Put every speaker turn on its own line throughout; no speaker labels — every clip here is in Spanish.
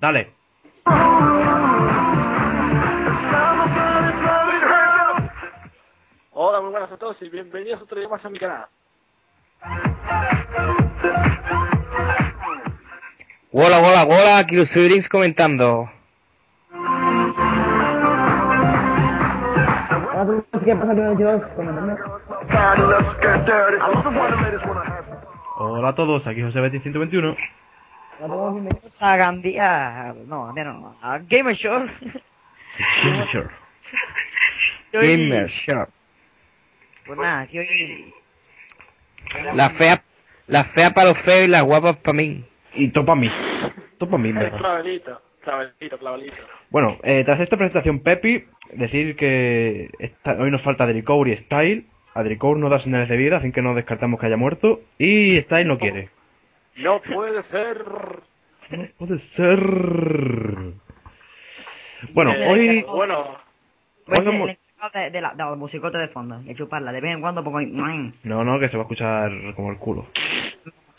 Dale.
Hola, muy buenas a todos y bienvenidos otro día más a mi canal.
Hola, hola, hola, aquí los Drinks comentando.
Hola, ¿qué pasa? Bienvenidos, comentando.
Hola a todos, aquí José Betis 121.
Hola a todos, bienvenidos.
a Gandía, no, Gandía no, a Gamer Shore.
Gamer Shark.
Y hoy-
Gamer Shark.
Pues nada, que hoy...
La fea, la fea para los feos y la guapa para mí. Y topa a mí. Topa a mí, en
El
verdad.
clavelito, clavelito, clavelito.
Bueno, eh, tras esta presentación, Pepi, decir que esta- hoy nos falta Dricour y Style. A Dricour no da señales de vida, así que no descartamos que haya muerto. Y Style no quiere.
No puede ser.
No puede ser. Bueno, hoy.
Eh, Bueno,
Voy a
hoy
ser
hemos-
pues el encargado de, de la, del musicote de fondo, de chuparla, de vez en cuando pongo ahí, "Mm,
No, no, que se va a escuchar como el culo.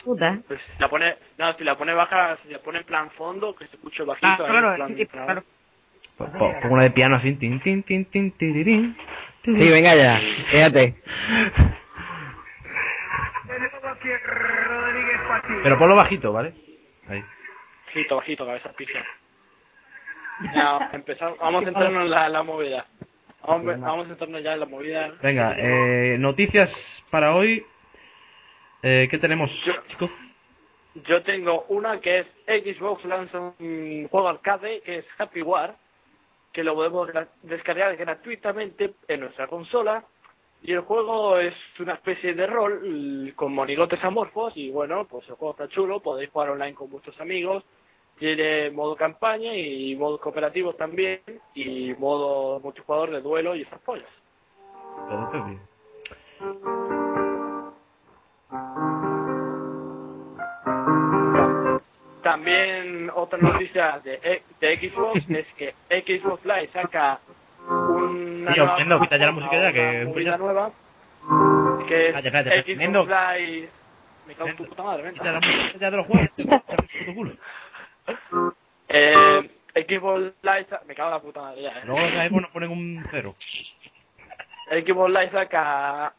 puta.
pues si la pone, no, si la pone baja, si la pone en plan fondo, que se escuche bajito.
Ah,
ahí, en
claro,
plan-
sí, tipo, claro.
Po- po- Pongo Pues, una de piano así. Tin, tin, tin, tin, tirirín, tirirín.
Sí, venga ya, fíjate.
Pero ponlo bajito, ¿vale? Ahí.
Bajito, bajito, cabeza pija. Ya, empezamos, vamos a entrarnos en la, la movida.
Pues
Vamos, vamos a entrarnos ya en la movida.
Venga, eh, noticias para hoy. Eh, ¿Qué tenemos, chicos?
Yo tengo una que es Xbox lanza un juego arcade que es Happy War, que lo podemos gra- descargar gratuitamente en nuestra consola. Y el juego es una especie de rol l- con monigotes amorfos y bueno, pues el juego está chulo, podéis jugar online con vuestros amigos. Tiene modo campaña y modo cooperativo también y modo multijugador de duelo y esas pollas. También otra noticia de, e- de Xbox es que Xbox Live saca una
Tío, Nendo, quita ya
plataforma,
la música ya, que
una
un
movida
coñazo.
nueva que es
Espérate, espérate, espérate,
Xbox
Nendo.
Live me cago en tu
Nendo,
puta madre,
Quita la
venga.
música ya de los juegos. te vas a hacer puto culo.
Eh, Xbox Live sa- me cago en la puta madre ya, eh.
Luego los iPhone nos ponen un cero.
Xbox Live saca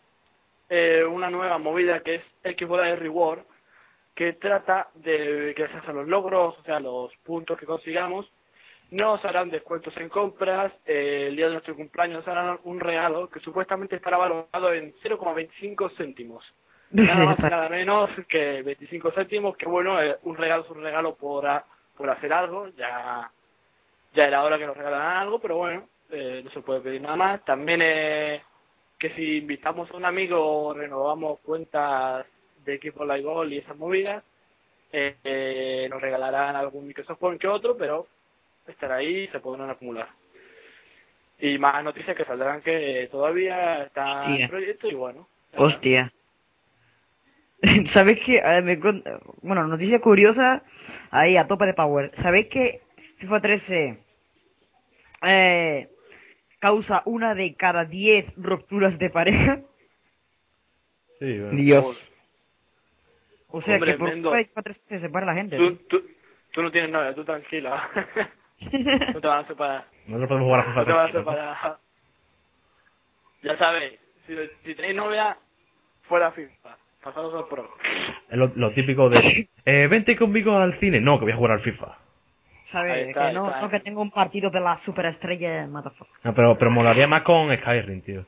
eh, una nueva movida que es Xbox Live Reward, que trata de que gracias a los logros, o sea, los puntos que consigamos, nos harán descuentos en compras, eh, el día de nuestro cumpleaños nos harán un regalo que supuestamente estará valorado en 0,25 céntimos. Nada más y nada menos que 25 céntimos, que bueno, eh, un regalo es un regalo por, a- por hacer algo, ya ya era hora que nos regalaran algo, pero bueno, eh, no se puede pedir nada más. También eh, que si invitamos a un amigo o renovamos cuentas de equipo Live Gold y esas movidas, eh, eh, nos regalarán algún Microsoft Point que otro, pero estará ahí y se podrán acumular. Y más noticias que saldrán que todavía está
Hostia.
en proyecto y bueno. ya está.
Hostia. ¿Sabéis que Bueno, noticia curiosa ahí a tope de Power. ¿Sabéis que FIFA 13 eh, causa una de cada 10 rupturas de pareja?
Sí, bueno.
Dios.
O sea
Hombre,
que por
Mendo.
culpa de FIFA 13 se separa la gente.
Tú,
¿no?
tú, tú no tienes novia, tú tranquila. no te van a separar.
Nosotros podemos jugar a
No
FIFA
te vas a
tranquilo, ¿no?
separar. Ya sabéis, si, si tenéis novia, fuera FIFA. Pasados al pro.
Es lo, lo típico de. Eh, vente conmigo al cine. No, que voy a jugar al FIFA.
Ahí
¿Sabes?
está,
que no,
ahí está.
no que tengo un partido de la superestrella de Motherfucker.
No, pero, pero molaría más con Skyrim, tío.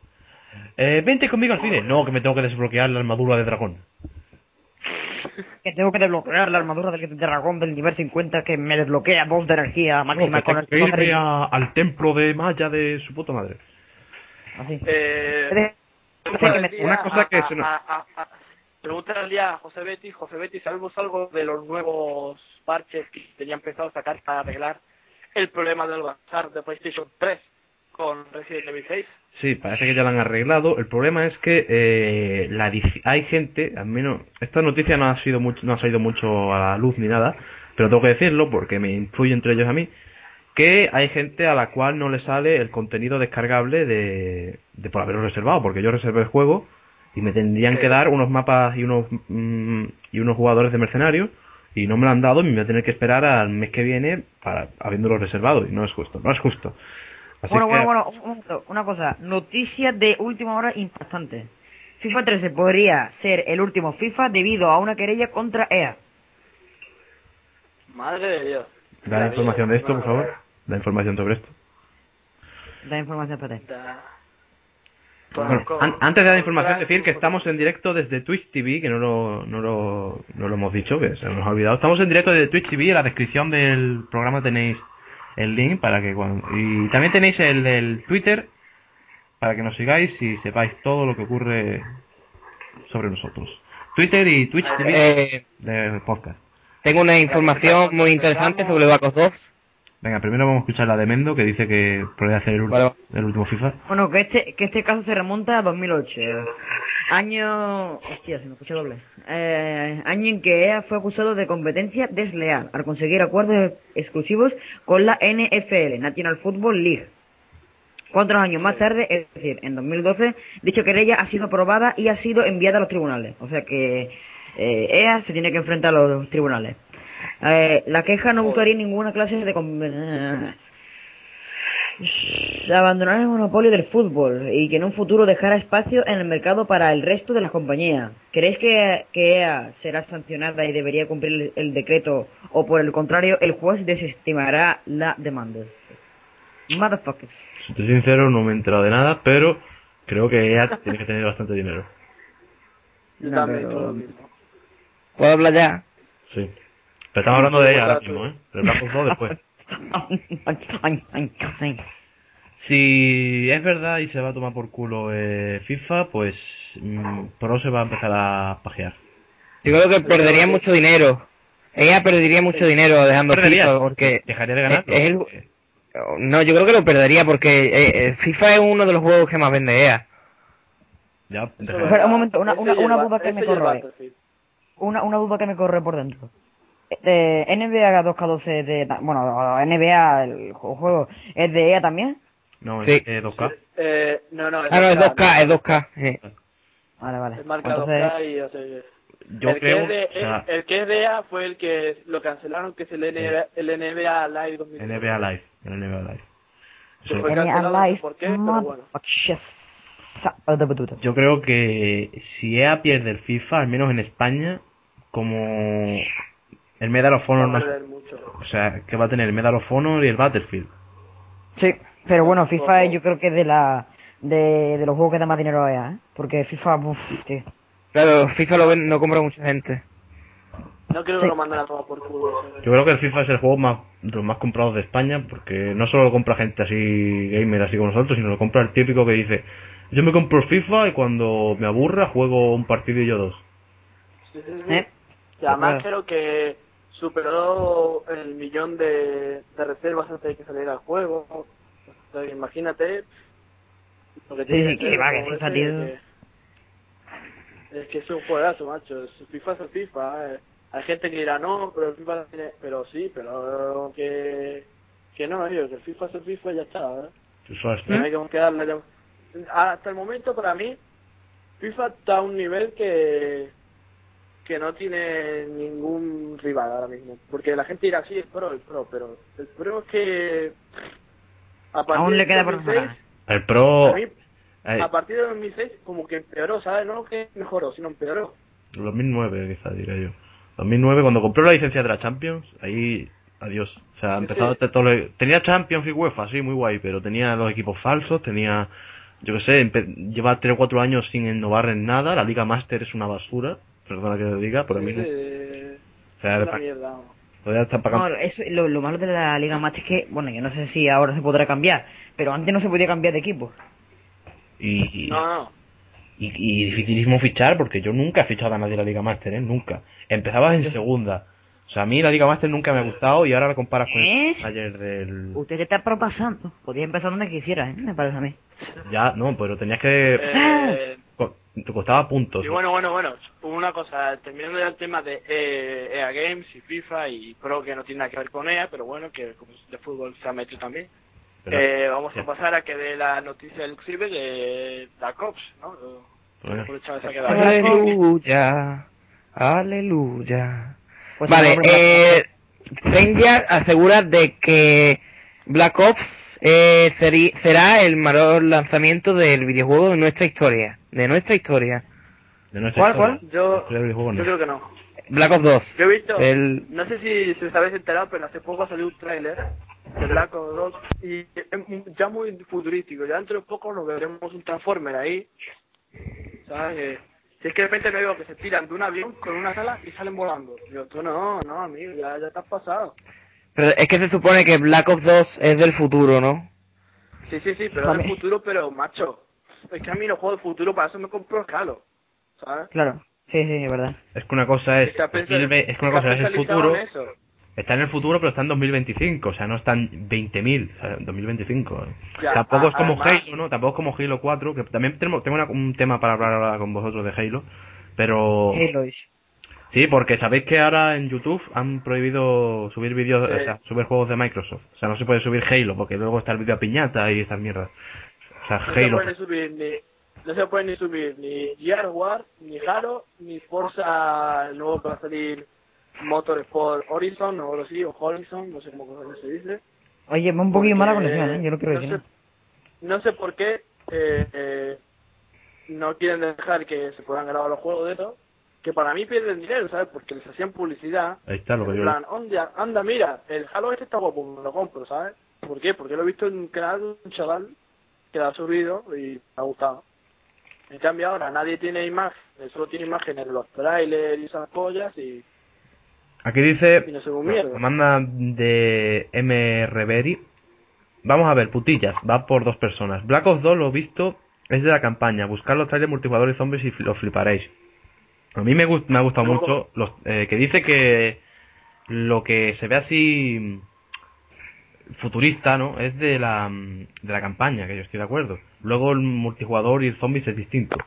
Eh, vente conmigo al cine. No, que me tengo que desbloquear la armadura de dragón.
Que tengo que desbloquear la armadura del dragón del nivel 50 que me desbloquea dos de energía
No, que
máxima con
tengo
el
que irme
poder-
a- al templo de Maya de su puta madre.
Así.
Eh,
que me-
una cosa que se nos-
Preguntar al día a José Betty. José Betty, ¿sabemos algo de los nuevos parches que tenían pensado sacar para arreglar el problema del bazar de PlayStation 3 con Resident Evil 6.
Sí, parece que ya lo han arreglado. El problema es que eh, la edici- hay gente, al menos esta noticia no ha sido mucho, no ha salido mucho a la luz ni nada, pero tengo que decirlo porque me influye entre ellos a mí, que hay gente a la cual no le sale el contenido descargable de, de por haberlo reservado, porque yo reservé el juego y me tendrían que dar unos mapas y unos mm, y unos jugadores de mercenarios y no me lo han dado y me voy a tener que esperar al mes que viene para habiéndolo reservado y no es justo, no es justo. Así
bueno, bueno,
que-
bueno, un momento, una cosa. Noticias de última hora impactante. FIFA 13 podría ser el último FIFA debido a una querella contra E EA.
Madre de Dios.
Da la información de esto, por favor. Da información sobre esto.
Da información para ti.
Da-
Bueno, an- antes de dar información, decir que estamos en directo desde Twitch TV, que no lo, no lo, no lo hemos dicho, que se nos ha olvidado. Estamos en directo desde Twitch TV, en la descripción del programa tenéis el link para que cuando... Y también tenéis el del Twitter, para que nos sigáis y sepáis todo lo que ocurre sobre nosotros. Twitter y Twitch TV
Eh,
de podcast.
tengo una información muy interesante sobre Bacos 2.
Venga, primero vamos a escuchar la de Mendo, que dice que podría hacer el, ul-
Vale.
el último FIFA.
Bueno, que este, que este caso se remonta a 2008. eh, Año... Hostia, se me escucha doble. Eh, año en que EA fue acusado de competencia desleal al conseguir acuerdos exclusivos con la NFL, National Football League. Cuatro años más tarde, es decir, en 2012, dicha querella ha sido aprobada y ha sido enviada a los tribunales. O sea que eh, EA se tiene que enfrentar a los tribunales. Eh, la queja no buscaría ninguna clase de... con- pues, abandonar el monopolio del fútbol y que en un futuro dejara espacio en el mercado para el resto de las compañías. ¿Creéis que, que EA será sancionada y debería cumplir el, el decreto o por el contrario el juez desestimará la demanda? Motherfuckers.
Si te soy sincero, no me he enterado de nada, pero creo que ella tiene que tener bastante dinero.
Yo
No,
también
pero-
creo lo mismo.
¿Puedo hablar ya?
Sí. Pero estamos hablando de ella ahora mismo, ¿eh? Del Black Ops 2 después. Si es verdad y se va a tomar por culo eh, FIFA, pues mm, Pro se va a empezar a pajear.
Yo creo que perdería mucho dinero. Ella perdería mucho dinero dejando
Perdería.
FIFA porque...
Dejaría de ganar.
Es- es el- No, yo creo que lo perdería porque eh, eh, FIFA es uno de los juegos que más vende EA.
Ya, dejaría-
Espera, un momento, una-
Ese
una-
este y el
una
Bat-
duda que me
ese y el
corroe.
Battlefield.
Una, una duda que me corre por dentro. Eh, NBA 2K12 de... Bueno, NBA, el juego, ¿es de EA también?
No, es
Sí.
eh, 2K.
Eh, no, no,
Ah, no, es 2K, es 2K. eh.
Vale, vale. Pues
Es marca
Entonces-
2K y o sea,
Yo
el,
creo,
que
o
es de,
sea,
el, el que es de EA fue el que lo cancelaron, que es el
eh,
NBA, el NBA Live 2000.
NBA Live. El NBA Live. Eso-
Pues
Any
cancelado,
alive,
¿por qué? Pero bueno.
motherfuck- yes. Ah, da, da, da, da.
Yo creo que si EA pierde el FIFA, al menos en España, como el Medal of Honor
Va
no
a
es-
perder mucho.
O sea, que va a tener el Medal of Honor y el Battlefield.
Sí, pero bueno, FIFA yo creo que es de la de, de los juegos que da más dinero a EA, ¿eh? porque FIFA, uff, tío.
Claro, FIFA lo ven- no compra mucha gente.
No creo que lo manden a tomar por culo. o sea.
Yo creo que el FIFA es el juego más, de los más comprados de España, porque no solo lo compra gente así, gamer, así como nosotros, sino lo compra el típico que dice, yo me compro el FIFA y cuando me aburra juego un partido y yo dos.
Sí, sí, sí.
¿Eh?
Y además creo que superó el millón de, de reservas antes de que saliera el juego. O sea, imagínate. Lo que tiene
sí, que
ser
va, que
como
FIFA,
ese,
tío.
que- Es que es un juegazo, macho. es- FIFA es el FIFA. eh. Hay gente que dirá, no, pero el FIFA tiene... Pero sí, pero que... Que no, yo, que el FIFA es el FIFA y ya está. ¿eh?
Eso es-
No hay como que darle la- Hasta el momento, para mí, FIFA está a un nivel que que no tiene ningún rival ahora mismo. Porque la gente dirá, sí, el pro, el pro, pero el pro es que... a partir
Aún le
del
queda por
2006,
mejorar.
El Pro,
a, mí,
eh,
a partir del 2006, como que empeoró, ¿sabes? No que mejoró, sino empeoró.
2009 quizás diría yo. 2009 cuando compró la licencia de la Champions, ahí, adiós. O sea, ha empezado a todo lo- tenía Champions y UEFA, sí, muy guay, pero tenía los equipos falsos, tenía, yo qué sé, empe- lleva 3 o 4 años sin innovar en nada, la Liga Master es una basura, perdona que lo diga, pero a mí no.
Eh,
O sea,
una
pa-
mierda, vamos.
todavía están
No,
pagando.
eso, lo, lo malo de la Liga Match es que, bueno, yo no sé si ahora se podrá cambiar, pero antes no se podía cambiar de equipo.
Y, y,
No, no.
y dificilísimo fichar, porque yo nunca he fichado a nadie en la Liga Master, ¿eh? Nunca. Empezabas en segunda. O sea, a mí la Liga Master nunca me ha gustado y ahora la comparas con
¿Eh?
el Challenger del...
Usted que está propasando. Podía empezar donde quisiera, ¿eh? me parece a mí.
Ya, no, pero tenías que...
Eh,
co- Te costaba puntos.
y bueno, bueno, bueno, una cosa, terminando ya el tema de eh, EA Games y FIFA y Pro, que no tiene nada que ver con EA, pero bueno, que como es de fútbol se ha metido también.
Pero-
Eh, vamos
ya.
a pasar a que dé la noticia del Ciber de Black Ops, ¿no?
Bueno.
Por el chaval se ha quedado ahí.
eh, Aleluya. Aleluya.
Pues
vale,
no, no, no.
eh, Stranger asegura de que Black Ops eh, seri- será el mayor lanzamiento del videojuego de nuestra historia. De nuestra historia.
De nuestra
¿Cuál, cuál?
historia. La
Yo,
historia del videojuego,
yo
no.
creo que no.
Black Ops 2.
Yo he visto,
El-
no sé si se os habéis enterado, pero hace poco salió un tráiler de Black Ops 2 y es mu- ya muy futurístico. Ya dentro de poco nos veremos un Transformer ahí. ¿Sabes? Eh, Si es que de repente me veo que se tiran de un avión con una sala y salen volando. Yo, tú no, no, amigo, ya, ya te has pasado.
Pero es que se supone que Black Ops 2 es del futuro, ¿no?
Sí, sí, sí, pero en
Vale.
el futuro, pero macho. Es que a mí los juegos de futuro, para eso me compro el Halo. ¿Sabes?
Claro, sí, sí, es verdad.
Es que una cosa Pues, es...
Se ha pensado-
2020 Es que una
se ha
cosa es el
especializado
futuro...
en eso.
Está en el futuro, pero está en 2025, o sea, no está en 20.000, o sea, en 2025.
Ya,
Tampoco
a-
es como
además-
Halo, ¿no? Tampoco es como Halo 4, que también tenemos, tengo una- un tema para hablar ahora con vosotros de Halo,
Oh.
pero...
Halo es.
Sí, porque sabéis que ahora en YouTube han prohibido subir vídeos,
Sí.
o sea, subir juegos de Microsoft. O sea, no se puede subir Halo, porque luego está el vídeo a piñata y estas mierdas. O sea,
No se
Halo.
puede ni subir ni no se puede ni subir ni Gear War, ni Halo, ni Forza el nuevo que va a salir Motorsport Horizon o algo así, o Horizon, no sé cómo cojones se dice.
Oye, va un poquito mala
Porque,
conexión, ¿eh? Yo no quiero decir.
sé-
nada.
no sé por qué eh, eh, no quieren dejar que se puedan grabar los juegos de eso, que para mí pierden dinero, ¿sabes? Porque les hacían publicidad
Ahí está lo que
en
yo...
plan, onda, anda, mira, el Halo este está guapo, me lo compro, ¿sabes? ¿Por qué? Porque lo he visto en un canal de un chaval que lo ha subido y me ha gustado. En cambio ahora nadie tiene imágenes, solo tiene imágenes de los trailers y esas pollas y,
Aquí dice
y no se ve un mierda.
Manda de M. Reveri. Vamos a ver, putillas. Va por dos personas. Black Ops 2, lo visto, es de la campaña. Buscar los trailers multijugador y zombies y fl- lo fliparéis. A mí me, gust- me ha gustado
Luego-
mucho los, eh, que dice que lo que se ve así mm, futurista, ¿no? Es de la, mm, de la campaña, que yo estoy de acuerdo. Luego el multijugador y el zombies es distinto.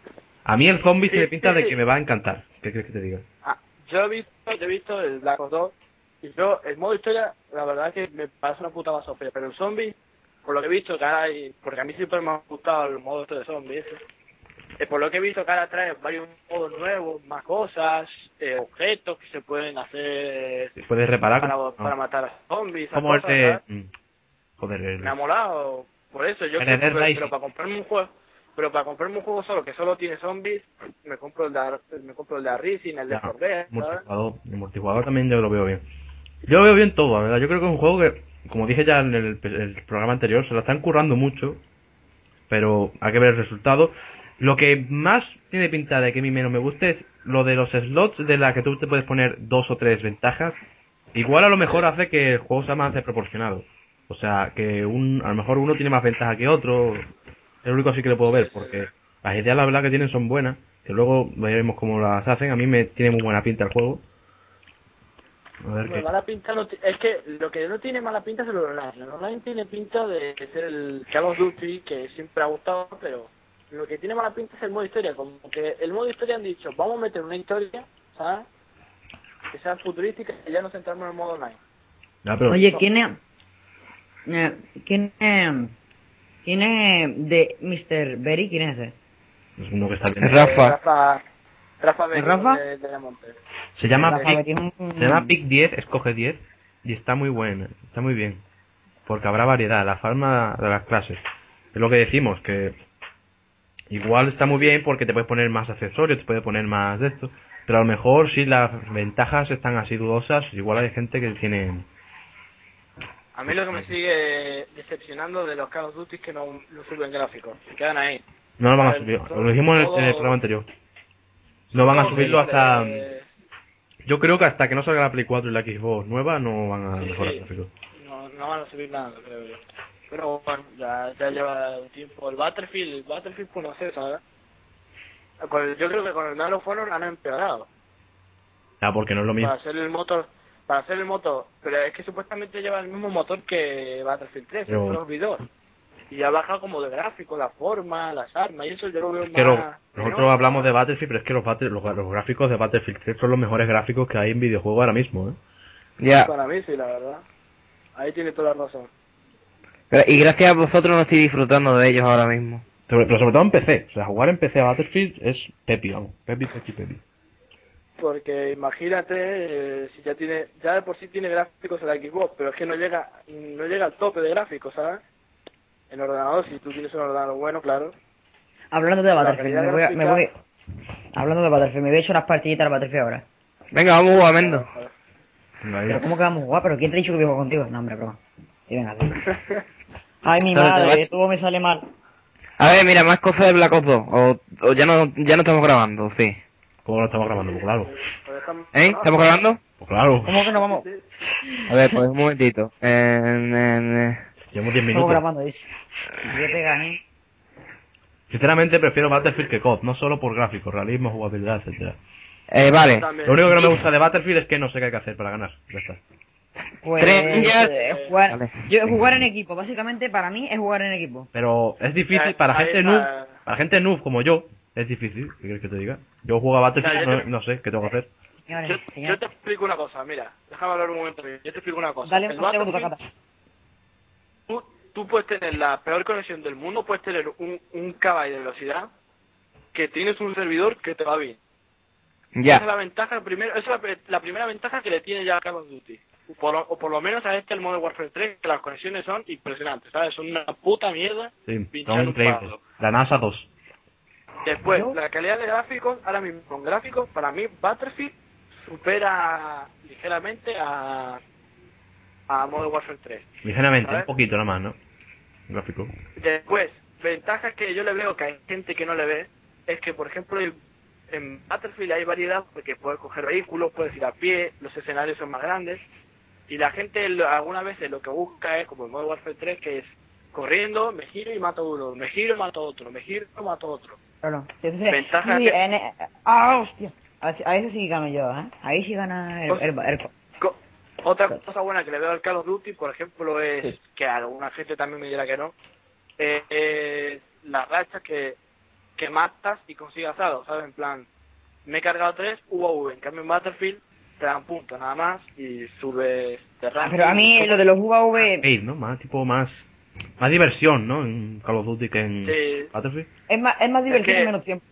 A mí el zombie
Sí,
tiene
sí,
pinta de
sí.
que me va a encantar. ¿Qué crees que te diga?
Ah, yo he visto, yo he visto el Black Ops 2 y yo el modo historia, la verdad es que me parece una puta basofia, pero el zombie, por lo que he visto que ahora hay, porque a mí siempre me ha gustado el modo este de zombie, ese, eh, por lo que he visto que ahora trae varios modos nuevos, más cosas, eh, objetos que se pueden hacer
¿Puedes reparar?
para,
No.
para matar a zombies, esas
como el
cosas,
de
¿sabes?
mm, joder el-
me ha molado, por eso yo
El
creo que-
Dead
pero,
Rising.
para comprarme un juego, pero para comprarme un juego solo que solo tiene zombies, me compro el de, Ar- me compro el de Arisen, el de
ya,
Forbes, ¿sabes?
multijugador el multijugador también yo lo veo bien yo lo veo bien todo la verdad yo creo que es un juego que como dije ya en el, el programa anterior se lo están currando mucho pero hay que ver el resultado lo que más tiene pinta de que a mí menos me gusta es lo de los slots de la que tú te puedes poner dos o tres ventajas igual a lo mejor hace que el juego sea más desproporcionado o sea que un a lo mejor uno tiene más ventaja que otro Es lo único así que lo puedo ver, porque las ideas, la verdad, que tienen son buenas. Que luego veremos cómo las hacen. A mí me tiene muy buena pinta el juego. A ver
Hombre,
qué.
mala pinta no ti- es que lo que no tiene mala pinta es el online. El online tiene pinta de ser el Call of Duty que siempre ha gustado, pero lo que tiene mala pinta es el modo historia. Como que el modo historia han dicho, vamos a meter una historia, ¿sabes? Que sea futurística y ya nos centramos en el modo online.
Ya, Ah, pero
Oye, ¿quién es? eh, ¿Quién es? ¿Quién es de Mr. Berry? ¿Quién es ese?
es uno que está bien.
Es Rafa.
Eh, Rafa, Rafa, Benítez
Rafa?
De, de la Monte.
Se llama,
Rafa
Pick,
Berry, un-
se
Mm.
llama Pick 10, escoge 10. Y está muy buena, está muy bien. Porque habrá variedad, la forma de las clases. Es lo que decimos, que igual está muy bien porque te puedes poner más accesorios, te puedes poner más de esto. Pero a lo mejor si las ventajas están así dudosas, igual hay gente que tiene...
A mí lo que me sigue decepcionando de los Call of Duty es que no, no suben gráficos, se quedan ahí.
No lo van a
Vale,
subir,
todo-
lo dijimos en el,
todo-
en el programa anterior. No van a
Como que
subirlo hasta.
eh,
Yo creo que hasta que no salga la Play 4 y la Xbox nueva no van a
Sí,
mejorar
sí.
el gráfico.
No, no van a subir nada, creo yo. Pero bueno, ya, ya lleva un tiempo. El Battlefield, el Battlefield pues no sé, ¿sabes? Con el- yo creo que con el Halo fueron han empeorado.
Ah, porque no es lo mismo.
Para hacer el motor, para hacer el motor, pero es que supuestamente lleva el mismo motor que Battlefield 3,
Pero-
pero... los olvidó. Y ha bajado como de gráfico, la forma, las armas, y eso yo lo veo más...
que lo-
menor.
nosotros hablamos de Battlefield, pero es que los, battle- los, los gráficos de Battlefield 3 son los mejores gráficos que hay en videojuego ahora mismo. ¿eh?
Ya.
Para mí sí, la verdad. Ahí tiene toda la razón.
Pero- y gracias a vosotros no estoy disfrutando de ellos ahora mismo.
Sobre- pero sobre todo en PC. O sea, jugar en PC a Battlefield es pepi, vamos. Pepi, pepi, pepi.
Porque imagínate, eh, si ya tiene, ya de por sí tiene gráficos en la Xbox, pero es que no llega, no llega al tope de gráficos, ¿sabes? En ordenador, si tú tienes un ordenador bueno, claro.
Hablando de Battlefield,
calidad
me voy, a- me voy.
gráfica-
Hablando de Battlefield, me voy a echar unas partiditas de Battlefield ahora.
Venga, vamos a jugar, Mendo.
Pero ¿Cómo que vamos a jugar? ¿Pero quién te ha dicho que voy a jugar contigo? No, hombre, broma. Sí, venga, sí. Ay, mi
Te- te
madre,
vas-
todo me sale mal.
A ver, mira, más cosas de Black Ops 2. O, o ya, no, ya no estamos grabando, sí.
¿Cómo lo estamos grabando? Pues claro.
Pero estamos-
¿Eh? ¿Estamos grabando?
Pues claro.
¿Cómo que no vamos?
A ver, pues un momentito. Eh, eh, eh.
Llevamos 10
Estamos
minutos.
grabando eso. Yo te gané.
Sinceramente prefiero Battlefield que COD, no solo por gráficos, realismo, jugabilidad, etcétera.
Eh, vale.
También.
Lo único que no me gusta de Battlefield es que no sé qué hay que hacer para ganar. Ya está.
Pues,
Tres yards.
eh, jugar,
Vale.
yo, jugar en equipo, básicamente para mí es jugar en equipo.
Pero es difícil
Ya,
para
ahí
gente
está.
noob, para gente noob como yo, es difícil, ¿qué quieres que te diga? Yo juego a
Ya,
Battlefield,
ya
no,
te-
no sé qué tengo que hacer.
Señores,
Yo, yo
señores.
te explico una cosa, mira, déjame hablar un momento. Yo te explico una cosa.
Dale
El
un segundo,
Battlefield,
Takata.
tú, tú puedes tener la peor conexión del mundo, puedes tener un, un caballo de velocidad que tienes un servidor que te va bien. Esa es
Ya.
la ventaja, primero, esa es la, la primera ventaja que le tiene ya a Call of Duty. Por lo- o por lo menos a este el Modern Warfare 3, que las conexiones son impresionantes, ¿sabes? Son una puta mierda.
Sí,
pinchar
son
un
increíbles.
palo.
La NASA 2.
Después, la calidad de gráficos, ahora mismo con gráficos, para mí Battlefield supera ligeramente a, a Modern Warfare 3.
Ligeramente,
A ver.
un poquito nada más, ¿no? Gráfico.
Después, ventajas que yo le veo que hay gente que no le ve, es que, por ejemplo, el- en Battlefield hay variedad porque puedes coger vehículos, puedes ir a pie, los escenarios son más grandes, y la gente lo- algunas veces lo que busca es, como en Modern Warfare 3, que es corriendo, me giro y mato a uno, me giro y mato a otro, me giro y mato a otro.
Claro. Entonces,
Ventaja
sí,
que-
en- eh, Ah, hostia. A, a eso sí gano yo, ¿eh? Ahí sí gana
Pues,
el... el, el-
Co- Otra cosa buena que le veo al Call of Duty, por ejemplo, es que alguna gente también me dirá que no, eh, es las rachas que, que matas y consigues asado, ¿sabes? En plan, me he cargado tres UAV, en cambio en Battlefield te dan puntos nada más y subes de ranking.
Ah, Pero a mí
pues,
lo de los
ah,
UAV...
Arcade, ¿no? Más tipo más más diversión, ¿no? En Call of Duty que en
Sí.
Battlefield.
Es más, es más divertido
que-
en menos tiempo.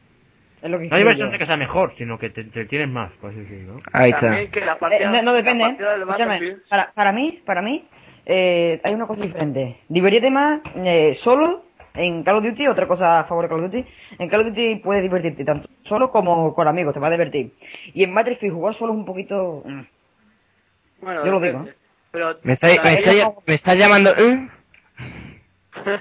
Es lo que
No
creo yo.
diversión
Eh,
de que sea mejor, sino que te entretienes más, por así decirlo, ¿no?
Ahí está.
También que la
Eh,
partida,
no, no
la
depende. ¿eh?
partida del
Escúchame,
Battlefield-
para, para mí, para mí, eh, hay una cosa diferente. Divertirte más eh, solo en Call of Duty, otra cosa a favor de Call of Duty. En Call of Duty puedes divertirte tanto solo como con amigos, te va a divertir. Y en Battlefield jugar solo es un poquito... mm.
bueno,
yo lo
depende.
digo.
Pero
Me está, me
también-
está, ll- me está llamando... ¿eh?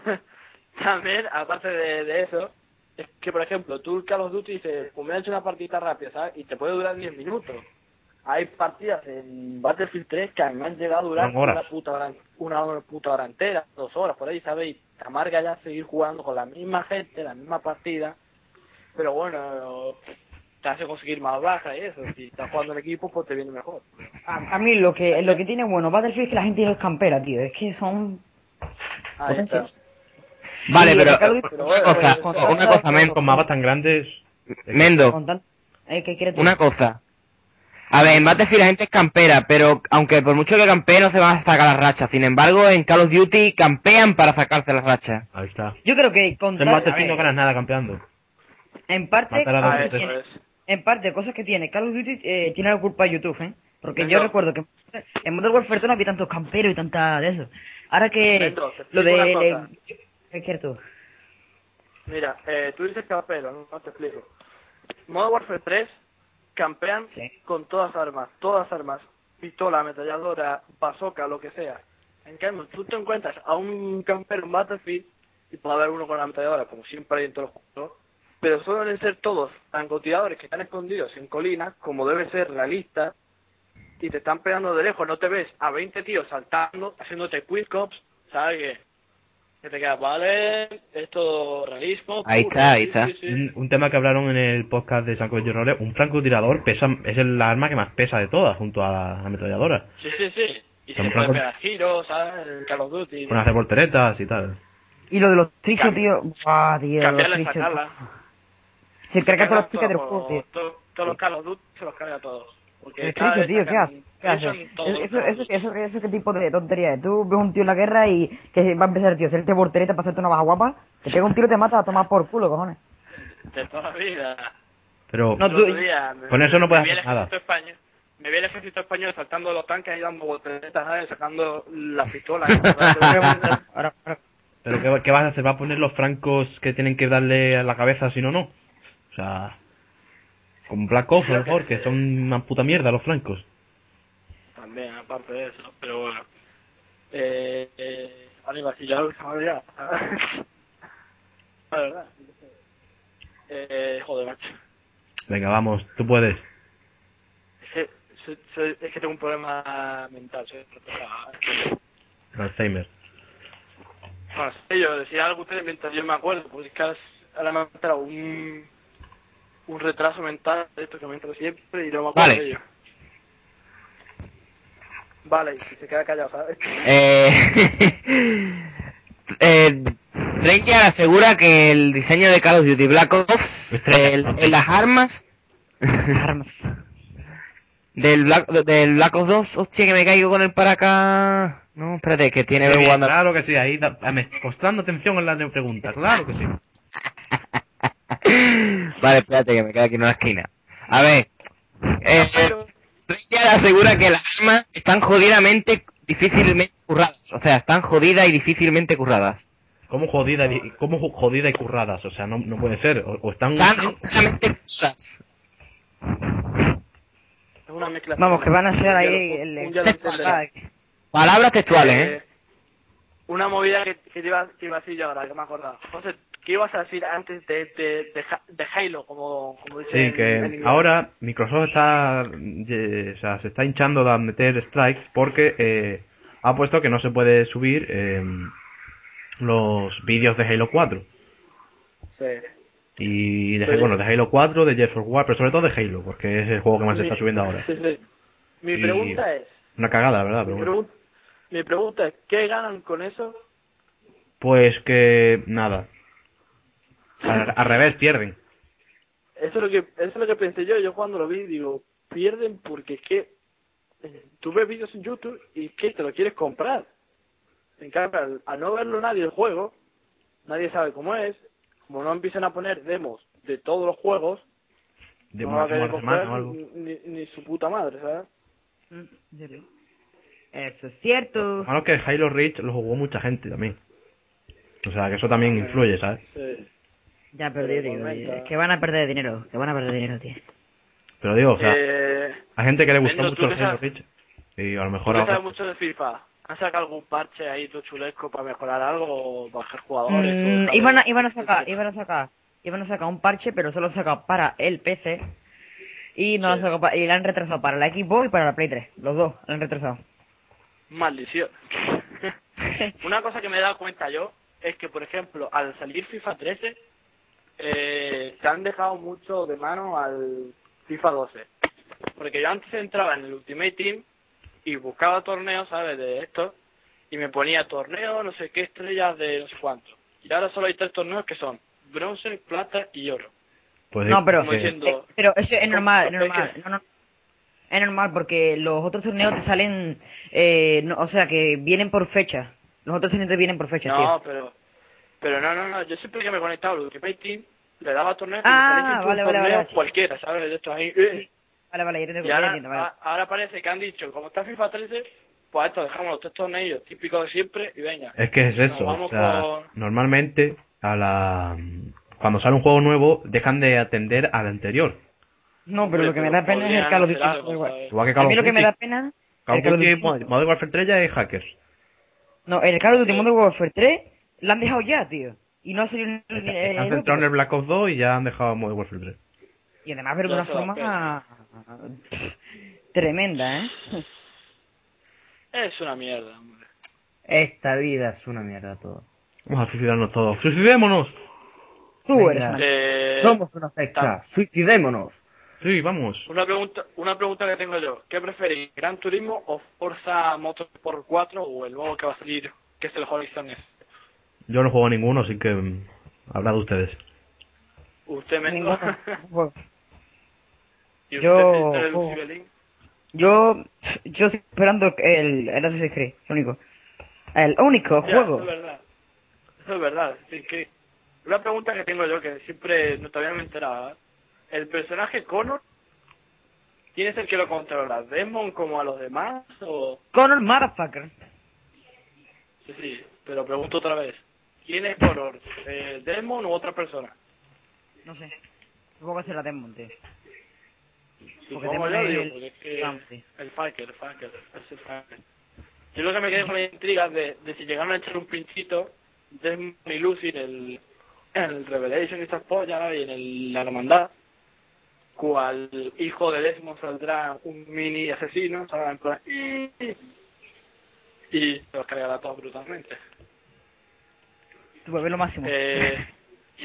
También, aparte de, de eso, es que, por ejemplo, tú el Call of Duty dices, pues me he hecho una partida rápida, ¿sabes? Y te puede durar 10 minutos. Hay partidas en Battlefield 3 que a mí me han llegado a durar
Duran horas.
una puta hora, una hora- puta hora entera, dos horas por ahí, ¿sabes? Y te amarga ya seguir jugando con la misma gente, la misma partida. Pero bueno, te hace conseguir más bajas y eso. Si estás jugando en equipo, pues te viene mejor.
A, a mí lo que lo que tiene bueno Battlefield es que la gente no es campera, tío. Es que son...
Ahí está.
Vale,
Sí,
pero...
Call of Duty,
Una cosa, una cosa, Mendo.
Con mapas tan grandes,
Mendo.
Con tanto... eh, ¿qué quieres tú?
Una cosa. A ver, en Battlefield la gente es campera, pero aunque por mucho que campeen no se van a sacar las rachas. Sin embargo, en Call of Duty campean para sacarse las rachas.
ahí está.
Yo creo que con
En
tal- a
Battlefield no
ver,
ganas nada campeando.
En parte,
Matar a dos
a ver,
o tres.
en-
Eso es.
en parte, cosas que tiene. Call of Duty eh, tiene la culpa YouTube, ¿eh? Porque yo
Venga.
recuerdo que en Modern Warfare 2 no había tantos camperos y tanta de eso. Ahora que
Pedro, te
lo
explico
de...
una cosa.
de- ¿Qué quieres tú?
Mira, eh, tú dices campero, no, No te explico. Modo Warfare 3 campean
Sí.
con todas armas, todas armas, pistola, ametralladora, bazooka, lo que sea. En cambio, tú te encuentras a un campero en Battlefield y puede haber uno con la ametralladora, como siempre hay en todos los juegos, pero suelen ser todos francotiradores que están escondidos en colinas, como debe ser realista, y te están pegando de lejos, no te ves a 20 tíos saltando, haciéndote quick cops, ¿sabes qué? Que te quedas, vale, es todo realismo.
Ahí
puro,
está, ahí
sí,
está.
sí, sí.
Un, un tema que hablaron en el podcast de Sanco Jornales, un francotirador pesa, es el arma que más pesa de todas junto a la ametralladora.
Sí, sí, sí. Y se
Son
puede
francos-
pegar giros, ¿sabes? El Call of Duty.
Pueden hacer volteretas y tal.
Y lo de los trichos,
Cam-
tío. Ah, tío.
Cambiarla y
los trichos.
sacarla.
Se carga todas las
Se
chicas del
todo-
juego, tío.
todo- Todos los Call of Duty se los carga a todos. Porque
El
cada vez
tricho, tío, ¿qué
sacan-
haces? ¿Qué haces?
trichan todos los
Eso,
Call of
eso,
Duty.
eso, eso, ¿qué tipo de tontería es? Tú ves un tío en la guerra y que va a empezar, tío, a hacerte portereta para hacerte una baja guapa, te pega un tiro y te mata a tomar por culo, cojones.
De toda la vida.
Pero
No,
El
tú-
otro día me-
con eso no
me
puedes
vi el
hacer nada.
ejército español- Me vi el ejército español saltando de los tanques y dando volteretas, ¿sabes? Sacando la pistola.
Ahora, ahora,
¿Pero qué, qué vas a hacer? ¿Vas a poner los francos que tienen que darle a la cabeza si no, no? O sea... Con Black Ops, a lo mejor, que son una puta mierda los francos.
También, aparte de eso. Pero bueno. Eh, eh, arriba, si ya lo dejamos ya. La verdad. Eh, joder, macho.
Venga, vamos, tú puedes.
Es que, soy- soy- es que tengo un problema mental. Soy retrasado. ¿eh?
El Alzheimer.
Bueno, sí, yo decía algo ustedes mientras yo me acuerdo, porque es que ahora- ahora me ha entrado un, un retraso mental de esto que me entra siempre y no me acuerdo
Vale.
de ello. Vale, y se queda callado, ¿sabes?
Eh, eh, Treyarch asegura que el diseño de Call of Duty Black Ops, el- en las armas, armas del Black, del Black Ops 2, hostia, que me caigo con el paracas. No, espérate, que tiene
Eh,
Wanda-
claro que sí, ahí da- ah, me- prestando atención en la de- pregunta, claro que sí.
Vale, espérate, que me queda aquí en una esquina. A ver, eh, Treyarch asegura que las armas están jodidamente, difícilmente curradas. O sea, están jodidas y difícilmente curradas.
¿Cómo jodida y, cómo jo- jodida y curradas? O sea, no, no puede ser. O, o están...
Están jodidamente curradas.
Es una mezcla.
Vamos, que van a hacer ahí
Un-
el-
un día lo entenderás.
Palabras textuales, ¿eh?
Eh, Una movida que, que, te iba, que iba a decir yo ahora, que me he acordado. José, ¿qué ibas a decir antes de, de, de, Ha- de Halo, como, como dice
Sí,
en- en
que
inglés?
ahora Microsoft está, ye- o sea, se está hinchando de meter strikes porque eh, ha puesto que no se puede subir eh, los vídeos de Halo 4.
Sí.
Y de,
Sí.
bueno, de Halo 4, de Gears of War, pero sobre todo de Halo, porque es el juego que más se
Mi-
está subiendo ahora.
sí, sí. Mi
Y-
pregunta es...
Una cagada, la ¿verdad?
Mi,
Pero Ah, bueno.
pregun- mi pregunta es, ¿qué ganan con eso?
Pues que nada. Al, al revés, pierden.
Eso es lo que eso es lo que pensé yo, yo cuando lo vi digo, pierden porque es que eh, tú ves vídeos en YouTube y es que te lo quieres comprar. En cambio, al, al no verlo nadie el juego, nadie sabe cómo es, como no empiezan a poner demos de todos los juegos,
De
no
una
va a querer Ah, comprar
o algo.
ni, ni- ni su puta madre, ¿sabes?
Eso es cierto.
Lo Malo es que Halo Reach lo jugó mucha gente también. O sea, que eso
Ah,
también influye, ¿sabes?
Sí.
Ya, pero yo digo,
Comenta.
eh, que van a perder dinero, que van a perder dinero, tío.
Pero digo, o sea,
Eh,
hay gente que le gustó
Nendo,
mucho
¿tú
el
qué
Halo
sabes?
Reach. Y a lo
¿Tú
mejor
que sabes
ahora.
mucho de FIFA? ¿Han sacado algún parche ahí, tu chulesco, para mejorar algo o bajar jugadores?
Mm,
o-
iban, a, iban a sacar, iban a sacar, iban a sacar un parche, pero solo saca para el PC. Y no lo han sacado pa- y la han retrasado para la Xbox y para la Play 3. Los dos la han retrasado.
Maldición. Una cosa que me he dado cuenta yo es que, por ejemplo, al salir FIFA 13, eh, se han dejado mucho de mano al FIFA 12. Porque yo antes entraba en el Ultimate Team y buscaba torneos, ¿sabes? De esto. Y me ponía torneos, no sé qué estrellas de no sé cuánto. Y ahora solo hay tres torneos que son bronce, plata y oro.
Pues,
No, pero,
que-
Como diciendo-
eh, pero eso es
Como-
normal, es
como
normal.
dije.
No, no, es normal porque los otros torneos te salen, eh, no, o sea, que vienen por fecha. Los otros torneos te vienen por fecha, tío.
No, pero, pero no, no, no. Yo siempre que me conectaba al Ultimate Team, le daba torneos y
Ah,
me salía un
vale, vale,
torneo
vale, sí.
cualquiera, ¿sabes? De estos ahí. eh.
Vale, vale, yo te
Y
entiendo, ya
ahora, ah,
entiendo, vale.
a- ahora parece que han dicho, como está FIFA 13, pues esto, dejamos los tres torneos típicos de siempre y
Eh,
venga.
Es que es
Nos
eso, o
vamos
sea,
con-
normalmente a la cuando sale un juego nuevo dejan de atender al anterior.
No, pero lo que me da pena es el Call of Duty.
Podrían hacer
da igual.
algo, ¿sabes?
Igual que
A
Call
mí
of
lo que me
Duty,
da pena...
Call
el
of
Call of
Duty,
Duty.
Modern Modern Warfare 3 ya es hackers.
No, el Call of Duty
Sí.
Modern Warfare 3 la han dejado ya, tío. Y no ha salido ni-
Está-
ni-
Se han
el
centrado en
otro.
el Black Ops 2 y ya han dejado Modern Warfare 3.
Y además, pero de
Ya
una
se la
forma tremenda, ¿eh?
Es una mierda, hombre.
Eh,
Esta vida es una mierda todo.
Vamos a suicidarnos todos. ¡Suicidémonos!
Tú eres una...
Eh,
Somos una secta. Suicidémonos.
Sí, vamos.
Una pregunta, una pregunta que tengo yo. ¿Qué preferís, Gran Turismo o Forza Motorsport 4 o el nuevo que va a salir, que es el Horizon S?
Yo no juego a ninguno, así que mm, hablad ustedes.
Usted me...
Ninguno.
¿Y usted,
Yo-
señor
oh.
Cibelín?
Yo, yo estoy esperando el, el Assassin's Creed, lo único. El único
Ya,
juego.
Eso es verdad. Eso es verdad. sí, que- Una pregunta que tengo yo que siempre no todavía me enteraba. ¿El personaje Connor? ¿Quién es el que lo controla? ¿Demon como a los demás? O...
Connor Motherfucker.
Sí, sí, pero pregunto otra vez. ¿Quién es Connor? Eh, ¿Demon u otra persona?
No sé. Supongo que será Demon, tío. Porque
Supongo
Demon
yo,
es
digo,
el-
porque es que-
Dante.
el Faker, el Faker, es el Faker. Yo lo que me quedé con la intriga de, de si llegaron a echar un pinchito de y Lucy en el, en el Revelation y estas pollas y en el, la hermandad, cual hijo de Desmond saldrá un mini asesino, saldrá en plan, "Ih", y se los cargará a todos brutalmente.
Tu bebé lo máximo.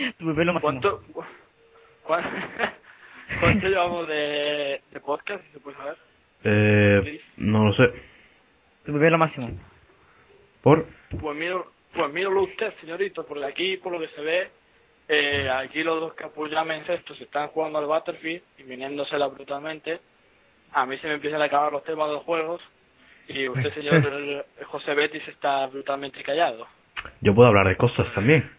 Eh,
Tu bebé lo máximo.
¿Cuánto, cu- cuán- cuánto llevamos de, de podcast, si se puede saber?
Eh, no lo sé.
Tu bebé lo máximo.
¿Por?
Pues míralo, pues míralo usted, señorito, porque aquí, por lo que se ve, eh, aquí los dos capullames estos están jugando al Battlefield y viniéndosela brutalmente. A mí se me empiezan a acabar los temas de los juegos y usted, señor José Betis, está brutalmente callado.
Yo puedo hablar de cosas también.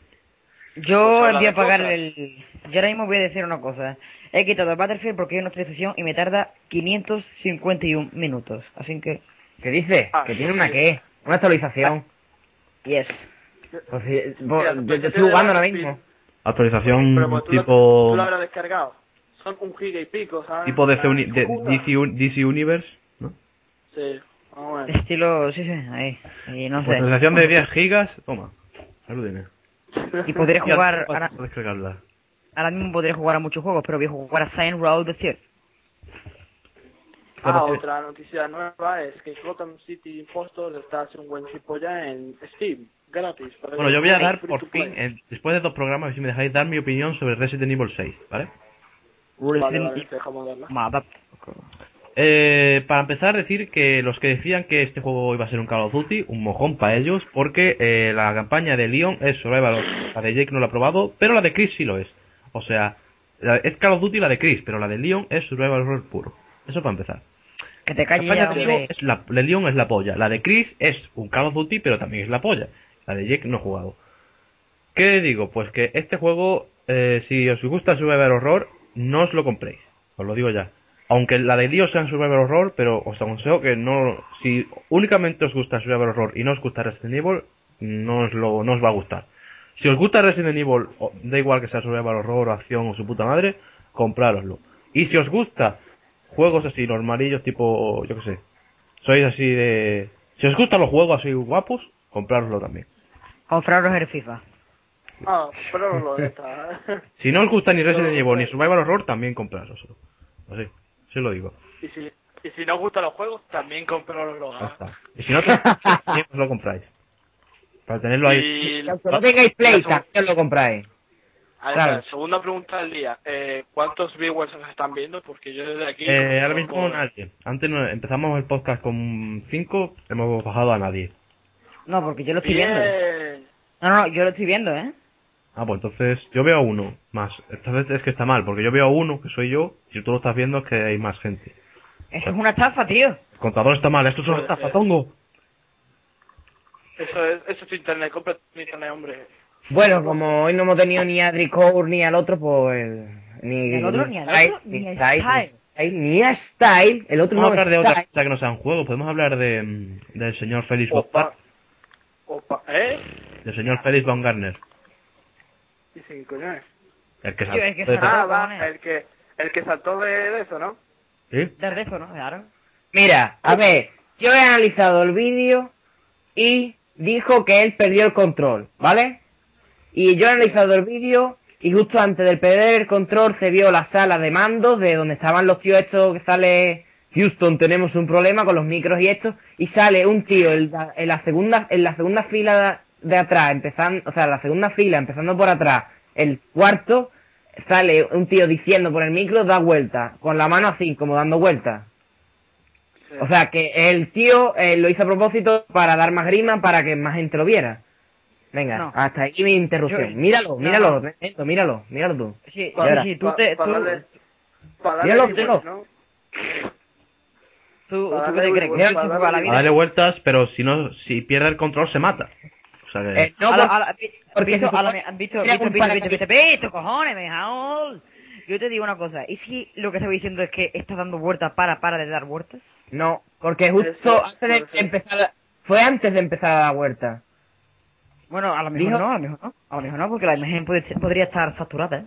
Yo
Pues habla
voy a
de
pagar
cosas.
el... Yo ahora mismo voy a decir una cosa. He quitado el Battlefield porque hay una actualización y me tarda 551 minutos. Así que,
¿Qué dice?
Ah,
que
sí,
tiene una
sí.
qué? Una actualización.
yes.
Pues sí, bo-
Mira,
yo- yo,
pues,
estoy
tiene
jugando ahora
Battlefield,
mismo.
Actualización
Pero pues, tú, lo-
Mm, tipo
tú lo habrás descargado. Son un giga y pico, ¿sabes?
tipo DC, uni- de-
Joder.
DC, un- DC Universe, ¿no?
Sí, ah, vamos a ver.
Estilo... Sí, sí, ahí. ahí no sé.
Actualización Pues de 10 gigas, toma. Saludine.
Y podré
Ya, pues.
jugar...
para
Ahora,
descargarla.
ahora mismo podré jugar a muchos juegos, pero voy a jugar a Saint Row the Third.
Ah,
Conocer-
otra noticia nueva es que Gotham City Impostors está haciendo un buen tipo ya en Steam, gratis. para
Bueno,
el
yo voy a
juego
dar
free
por
to
fin,
play.
eh, después de dos programas, si me dejáis dar mi opinión sobre Resident Evil 6, ¿vale?
Vale,
Resident
vale,
Evil.
te dejamos darla.
Motherfucker.
Eh, para empezar, decir que los que decían que este juego iba a ser un Call of Duty, un mojón para ellos, porque eh, la campaña de Leon es survival. La de Jake no la ha probado, pero la de Chris sí lo es. O sea, la- es Call of Duty la de Chris, pero la de Leon es survival horror puro. Eso para empezar.
Que te
La
calles ya,
campaña de Leon
hombre.
es la, la de Leon es la polla. La de Chris es un Call of Duty, pero también es la polla. La de Jake no he jugado. ¿Qué digo? Pues que este juego, eh, si os gusta el Survivor Horror, no os lo compréis. Os lo digo ya. Aunque la de Leon sea un Survivor Horror, pero os aconsejo que no... Si únicamente os gusta el Survivor Horror y no os gusta Resident Evil, no os, lo, no os va a gustar. Si os gusta Resident Evil, o- da igual que sea Survival Horror o acción o su puta madre, comprároslo. Y si os gusta juegos así normalillos, tipo, yo qué sé, sois así de... Si os gustan los juegos así guapos, comprároslo también.
Compraros el FIFA.
Ah, pero lo está.
Si no os gusta ni Resident Evil ni Survival Horror, también comprároslo. Así, sí lo digo.
y, si, y si no os gustan los juegos, también compraros los
Ya está. Y si no te también os lo compráis. Para tenerlo ahí.
Y
Que
la,
aunque no tengáis play, también lo compráis.
a ver,
claro.
segunda pregunta del día. Eh, ¿Cuántos viewers nos están viendo? Porque yo desde aquí...
Eh, ahora mismo nadie. Antes no- empezamos el podcast con 5, hemos bajado a nadie.
No, porque yo lo estoy viendo.
Bien.
No, no, yo lo estoy viendo, ¿eh?
Ah, pues entonces yo veo a uno más. Entonces es que está mal, porque yo veo a uno, que soy yo, y si tú lo estás viendo es que hay más gente.
Esto es una estafa, tío.
El contador está mal, esto es una
Puede
estafa,
ser.
tongo.
Eso es, eso es tu internet, compra tu internet, hombre.
Bueno, como hoy no hemos tenido ni a Dricor ni al otro, pues. Ni,
Ni al otro, ni al
Style,
otro, ni a
Style,
Style.
Ni a Style. El otro
Podemos
no
hablar de
es
otra
Style.
cosa que no sean juegos, podemos hablar de, mm, del señor Félix
Opa.
Baumgartner,
Opa. ¿Eh?
del señor Félix Baumgartner,
Y sin coñones.
el que
Tío,
sabe-
es que
puede-
sabe-
Ah,
Pero,
va,
cojones.
el que, el que saltó de, de eso, ¿no?
¿Sí?
Dar eso, ¿no? Claro.
Mira, a ver, yo he analizado el vídeo y dijo que él perdió el control, ¿vale? Y yo he analizado el vídeo y justo antes del perder el control se vio la sala de mandos de donde estaban los tíos estos que sale Houston, tenemos un problema con los micros y esto y sale un tío en la, en la segunda en la segunda fila de atrás, empezando, o sea, la segunda fila, empezando por atrás, el cuarto, sale un tío diciendo por el micro, da vuelta, con la mano así, como dando vuelta. O sea, que el tío eh, lo hizo a propósito para dar más grima, para que más gente lo viera. Venga,
No.
hasta ahí mi interrupción.
Yo-
míralo,
no.
míralo, Ernesto, míralo, míralo tú.
Sí,
Y ahora.
sí, sí, tú te, tú,
darle, para darle
Míralo,
rewards,
míralo.
¿no?
tú,
para
tú
darle
te crees que
vuelta,
yo soy
para
jugar a la
darle
A
vida.
darle vueltas, pero si no, si pierde el control se mata. O sea que.
Eh, no, por-
A la- pues, a la- vi-
porque
visto,
se
a la-
supone-
visto,
sea
visto,
un
visto,
paracaidista.
visto, visto, visto, cojones, me jaol. Yo te digo una cosa, ¿y si lo que estaba diciendo es que estás dando vueltas para, para de dar vueltas?
no, porque justo
Eso,
antes de
eso.
empezar, a- fue antes de empezar a dar vuelta.
Bueno, a lo mejor
Dijo-
no, a lo mejor no, a lo mejor no, porque la imagen puede ser- podría estar saturada,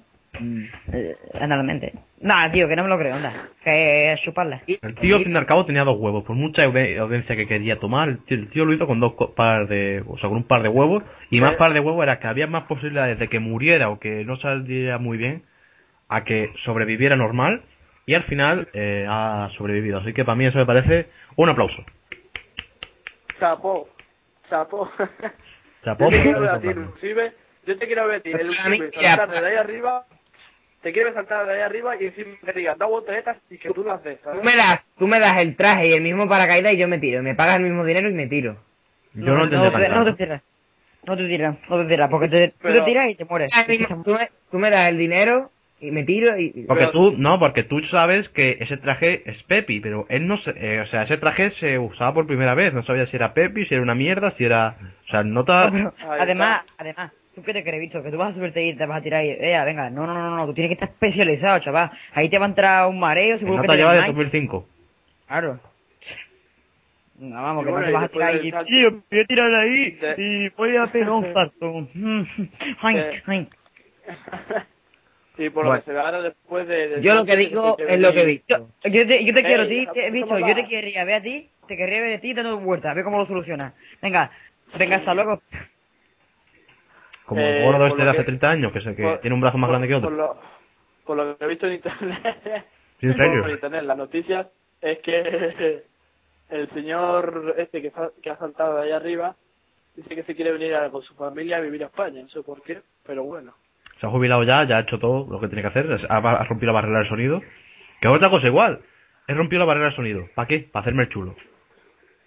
eh, analmente. Nah, tío, que no me lo creo, anda, que es chuparla.
El tío, al fin y al cabo, tenía dos huevos. Por mucha audi- audiencia que quería tomar, el tío, el tío lo hizo con dos co- par de, o sea, con un par de huevos. Y más par de huevos era que había más posibilidades de que muriera o que no saliera muy bien, a que sobreviviera normal. Y al final eh, ha sobrevivido. Así que para mí eso me parece un aplauso.
Chapo, chapo.
Chapó
Yo te
por
quiero ver
haber
a ti,
tocado.
inclusive, yo te quiero ver a ti,
Pero
el-
para mí,
saltar
chapa.
de ahí arriba, te quiero ver saltar de ahí arriba y encima que digas, da vueltas estas y que tú las des, ¿sabes?
Tú me das, tú me das el traje y el mismo paracaídas y yo me tiro. Me pagas el mismo dinero y me tiro.
Yo no,
no,
tendré
te,
tan
no te
claro.
tiras, no te tiras, no te tiras, porque te, tú te
Pero-
tiras y te mueres. Es que está-
Tú me, tú me das el dinero y me tiro y...
Porque
Pero-
tú, no, porque tú sabes que ese traje es Pepi, pero él no se, eh, o sea, ese traje se usaba por primera vez, no sabía si era Pepi, si era una mierda, si era, o sea, nota,
No, pero
Ahí
además, además, ¿tú qué te crees, visto? Que tú vas a subirte y te vas a tirar y, eh, venga, no, no, no, no, tú tienes que estar especializado, chaval. Ahí te va a entrar un mareo, seguro que
nota
te
lleva de
desmayas.
2005.
Claro. No, vamos,
Y
que
bueno,
no te
y
vas a
después
tirar
del
y...
salto-
Tío, me voy a tirar ahí
De-
y voy a pegar un salto. ay,
De-
ay.
y por lo
Bueno.
que se ve ahora después de... de-
Yo lo que digo es lo que he
Yo,
visto.
yo te, yo te
Ey,
quiero a ti,
¿cómo
te- bicho,
va?
yo te querría ver a ti, te querría ver a ti dando vueltas, a ver cómo lo solucionas. Venga, venga, hasta luego.
Como
Eh,
el gordo
por
este
lo
de hace
que-
30 años, que, se, que
por-
tiene un brazo más
por-
grande que otro.
Por lo, por lo que he visto en internet,
Sí, en serio.
por internet, las noticias, es que el señor este que, fa- que ha saltado de ahí arriba dice que se quiere venir a- con su familia a vivir a España, no sé por qué, pero bueno.
Se ha jubilado ya, ya ha hecho todo lo que tiene que hacer, ha, ha rompido la barrera del sonido. Que otra cosa igual, he rompido la barrera del sonido. ¿Para qué? Para hacerme el chulo.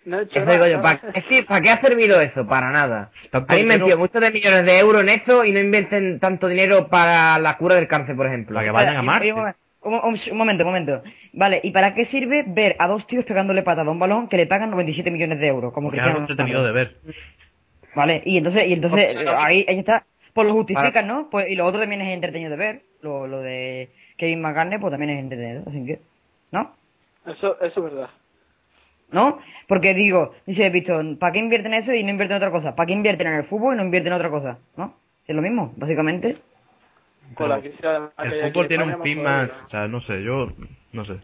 No he hecho
Eso digo
nada.
yo, ¿para qué, sí, ¿para qué ha servido eso? Para nada.
Tanto
Ahí me
dinero-
metido muchos de millones de euros en eso y no invierten tanto dinero para la cura del cáncer, por ejemplo.
Para que vayan
Espera,
a
y-
Marte.
y Un, momen- un, un- un momento, un momento. Vale, ¿y para qué sirve ver a dos tíos pegándole patada a un balón que le pagan 97 millones de euros? Como
Porque es algo
Cristiano
entretenido
Ronaldo?
de ver.
Vale, y entonces, y entonces
Porque-
ahí, ahí está. Pues lo
Para-
justifican, ¿no? Pues, y lo otro también es entretenido de ver. Lo, lo de Kevin McCartney, pues también es entretenido. Así que, ¿no?
Eso, eso es verdad.
¿No? Porque digo, dice visto, ¿para qué invierten eso y no invierten en otra cosa? ¿Para qué invierten en el fútbol y no invierten en otra cosa? ¿No? Es lo mismo, básicamente.
Con la que se ha- Ah, que
El
hay aquí
fútbol
en
tiene
España,
un fin
vamos a ver,
más, o sea, no sé, yo no sé.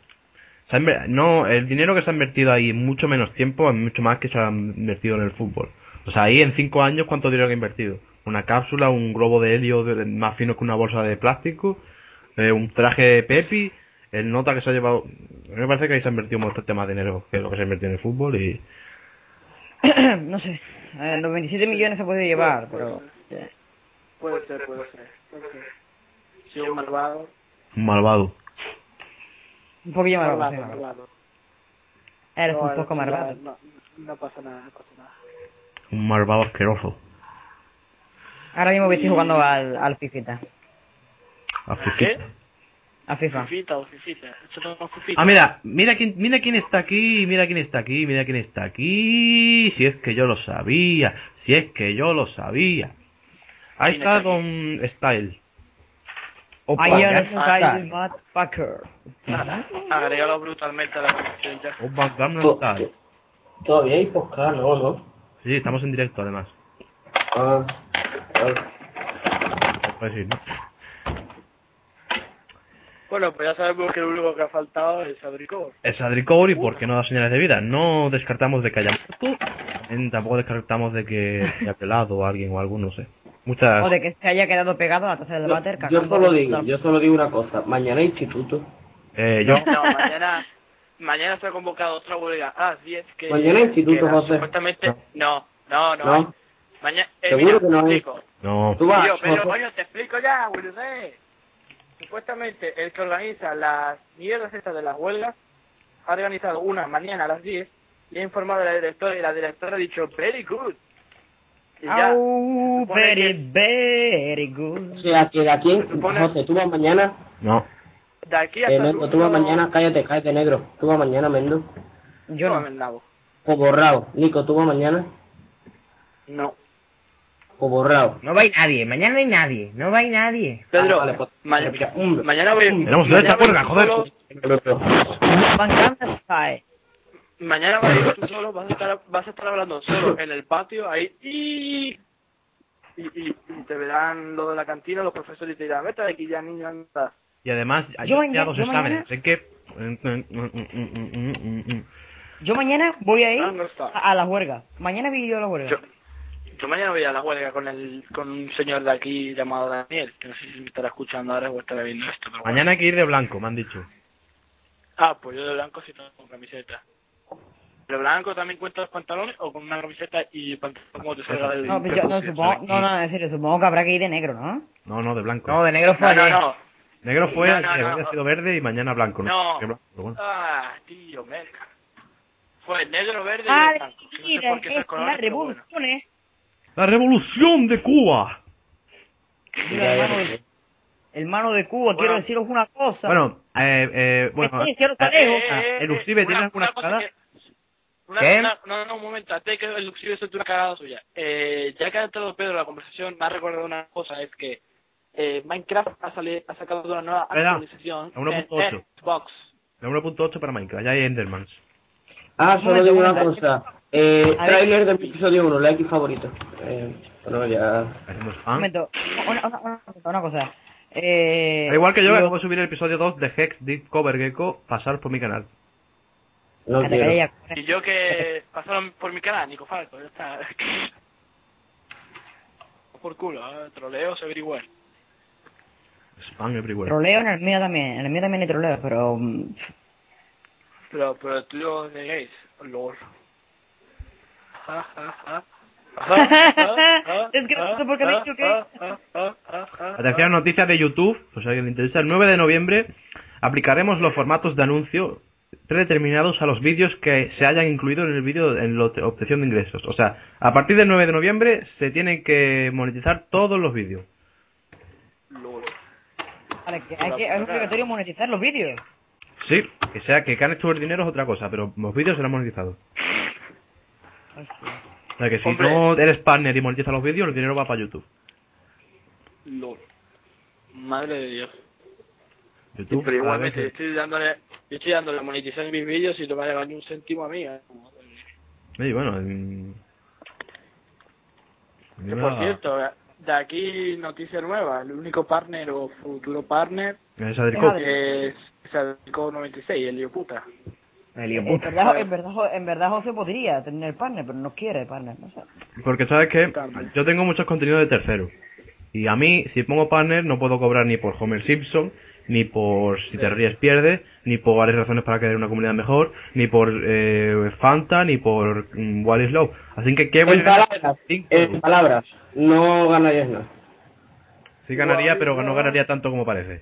Se ha inver- no, el dinero que se ha invertido ahí en mucho menos tiempo es mucho más que se ha invertido en el fútbol. O sea, ahí en cinco años, ¿cuánto dinero que ha invertido? Una cápsula, un globo de helio de- más fino que una bolsa de plástico, eh, un traje de Pepi, el nota que se ha llevado. A mí me parece que ahí se ha invertido bastante más dinero que lo que se ha invertido en el fútbol y.
no sé. Eh, los 27 millones se puede llevar, pero... eh,
Puede ser, puede ser. puede ser. Sí, un malvado.
Un malvado.
Un poquillo más
malvado, malvado.
Eres
No,
un
no,
poco
no,
malvado.
No, no pasa nada, no pasa nada.
Un malvado asqueroso.
Ahora mismo estoy jugando al, al Fifita.
A Fifita.
A FIFA.
Fifita o fifita. Eso no es fifita.
Ah, mira, mira quién, mira quién está aquí, mira quién está aquí, mira quién está aquí. Si es que yo lo sabía, si es que yo lo sabía. Ahí
¿Quién
está
está
Don Style.
Opa,
I
ya
am
está.
style motherfucker.
Nada. Agrégalo brutalmente a la conexión ya.
Un Backgammon Style.
Todavía hay podcast, ¿no? ¿no?
Sí, estamos en directo además.
Ah, ah.
Pues sí, ¿no?
Bueno, pues ya sabemos que lo único que ha faltado es Adricor.
Es Adri Cobre y porque no da señales de vida. No descartamos de que haya muerto, también tampoco descartamos de que haya pelado a alguien o algo, no sé. Muchas.
O de que se haya quedado pegado a la taza del váter.
Yo,
cagando
yo solo
en
digo,
la-
yo solo digo una cosa. Mañana instituto.
Eh, yo.
No, mañana, mañana se ha convocado otra huelga. Ah, sí, es que...
Mañana instituto,
que la-
José.
Supuestamente... No, no, no.
¿No?
hay. Mañana, eh, mira,
Seguro que no
te
hay.
explico.
No.
Tú vas,
Tío, pero
José.
coño, te explico ya, Will Rey. Supuestamente el que organiza las mierdas estas de las huelgas ha organizado una mañana a las 10 y ha informado a la directora y la directora ha dicho, very good. Y ya,
Oh,
supone
very,
que-
very good.
O sea, que de aquí,
Supone-
José, tú vas mañana,
No.
de aquí hasta
eh,
el
Mendo, tú vas
último-
mañana, cállate, cállate, negro. Tú vas mañana, Mendo.
Yo
Toma
no.
el nabo.
O borrado. Nico, tú vas mañana,
No.
Ah, o borrado.
No va a ir nadie, mañana no hay nadie, no va a ir nadie.
Pedro,
Ah, vale, pues,
ma-
pero mira, un-
mañana voy
Tenemos
mañana
derecho a
voy
huelga,
tú
joder.
solo-
Bancada está, eh.
Mañana vas a ir tú solo, vas a estar, vas a estar hablando solo en el patio, ahí, y, y, y- y te verán lo de la cantina, los profesores y te dirán, vete de aquí ya, niño, anda.
Y además, hay
Yo mañana-
ya dos
yo
exámenes,
mañana-
así que... mm, Yo
Yo mañana voy a ir
Ah, no está.
a, a la huelga. Mañana voy yo a la huelga.
Yo, yo mañana voy a la huelga con el con un señor de aquí llamado Daniel, que no sé si me estará escuchando ahora o estará viendo esto. pero bueno.
Mañana hay que ir de blanco, me han dicho.
Ah, pues yo de blanco sí tengo con camiseta. ¿De blanco también cuentas pantalones o con una camiseta y pantalones como te salga del...
No, pero yo, no, supongo, no, no, en serio, supongo que habrá que ir de negro, ¿no?
No, no, de blanco.
No, de negro fue
No, no,
ayer.
no.
Negro fue,
No, no,
el verde
no.
ha sido verde y mañana blanco.
No.
sé qué blanco, pero bueno.
Ah, tío, merda. Fue negro, verde y
Vale,
blanco. No sé
Ah, mira,
por qué esos
es eh. las
colores, pero bueno.
revoluciones.
La revolución de Cuba.
Mira, hermano, de- hermano de Cuba, quiero deciros una cosa.
Bueno, eh, eh, bueno.
Sí, sí, lo
eh,
traigo.
eh,
Eh,
el
eh,
Ucibe,
una-
¿tienes alguna
una cosa
cagada?
que- Una,
¿Qué?
una- no, no, un momento, antes de que el Ucibe suelte una cagada suya. Eh, ya que ha entrado Pedro en la conversación, me ha recordado una cosa, es que eh, Minecraft ha, salido, ha sacado una nueva
¿Verdad?
actualización
A 1.8.
en Xbox.
La 1.8 para Minecraft, ya hay Endermans.
Ah, solo
Momento,
digo una
momento.
cosa. Eh,
A ver.
trailer del episodio 1, la X favorito. Eh, bueno, ya.
Haciendo spam.
Un momento, una, una, una cosa, una cosa. Eh,
Al igual que yo,
lo-
que acabo de subir el episodio 2 de Hex Deep Cover Gecko, pasar por mi canal.
No
Cállate, cállate,
quiero.
ya.
Y yo que pasaron por mi canal, Nico Falco, ya está. por culo, eh, troleos everywhere.
Spam everywhere.
Troleo en el mío también, en el mío también hay troleo, pero... mm,
Pero, pero tú lo negáis, lol. Ja, ja, ja. Ajá, ajá, ajá,
Es que no
ajá,
sé por qué me he
ajá,
dicho que-
ajá, ajá, ajá,
Atención, noticias de YouTube, pues si a alguien le interesa, el 9 de noviembre aplicaremos los formatos de anuncio predeterminados a los vídeos que se hayan incluido en el vídeo en la obte- obtención de ingresos. O sea, a partir del 9 de noviembre se tienen que monetizar todos los vídeos.
lol. ah.
vale, que hay que, es obligatorio monetizar los vídeos.
Sí, que sea que ganes tu dinero es otra cosa, pero los vídeos serán monetizados. O sea que si
Hombre.
no eres partner y monetizas los vídeos, el dinero va para YouTube.
Lol. Madre de Dios.
YouTube
pero
cada vez
igualmente, yo
es-
estoy dándole, yo estoy dándole a monetizar mis vídeos y no me ha llegado ni un céntimo a mí. eh.
Sí, bueno, en-
Que, por cierto, de aquí noticia nueva, el único partner o futuro partner
Es Adrico.
es, es el 96, el lío puta.
En verdad, en, verdad, Jo- en verdad José podría tener partner, pero no quiere partner. No sé.
Porque sabes que
También.
yo tengo muchos contenidos de terceros. Y a mí, si pongo partner, no puedo cobrar ni por Homer Simpson, ni por si te ríes pierdes, ni por varias razones para crear una comunidad mejor, ni por eh, Fanta, ni por mm, What is Love. Así que, ¿qué voy a
En
ganar?
palabras,
Cinco.
en palabras, no ganarías nada.
Sí ganaría, pero no ganaría tanto como parece.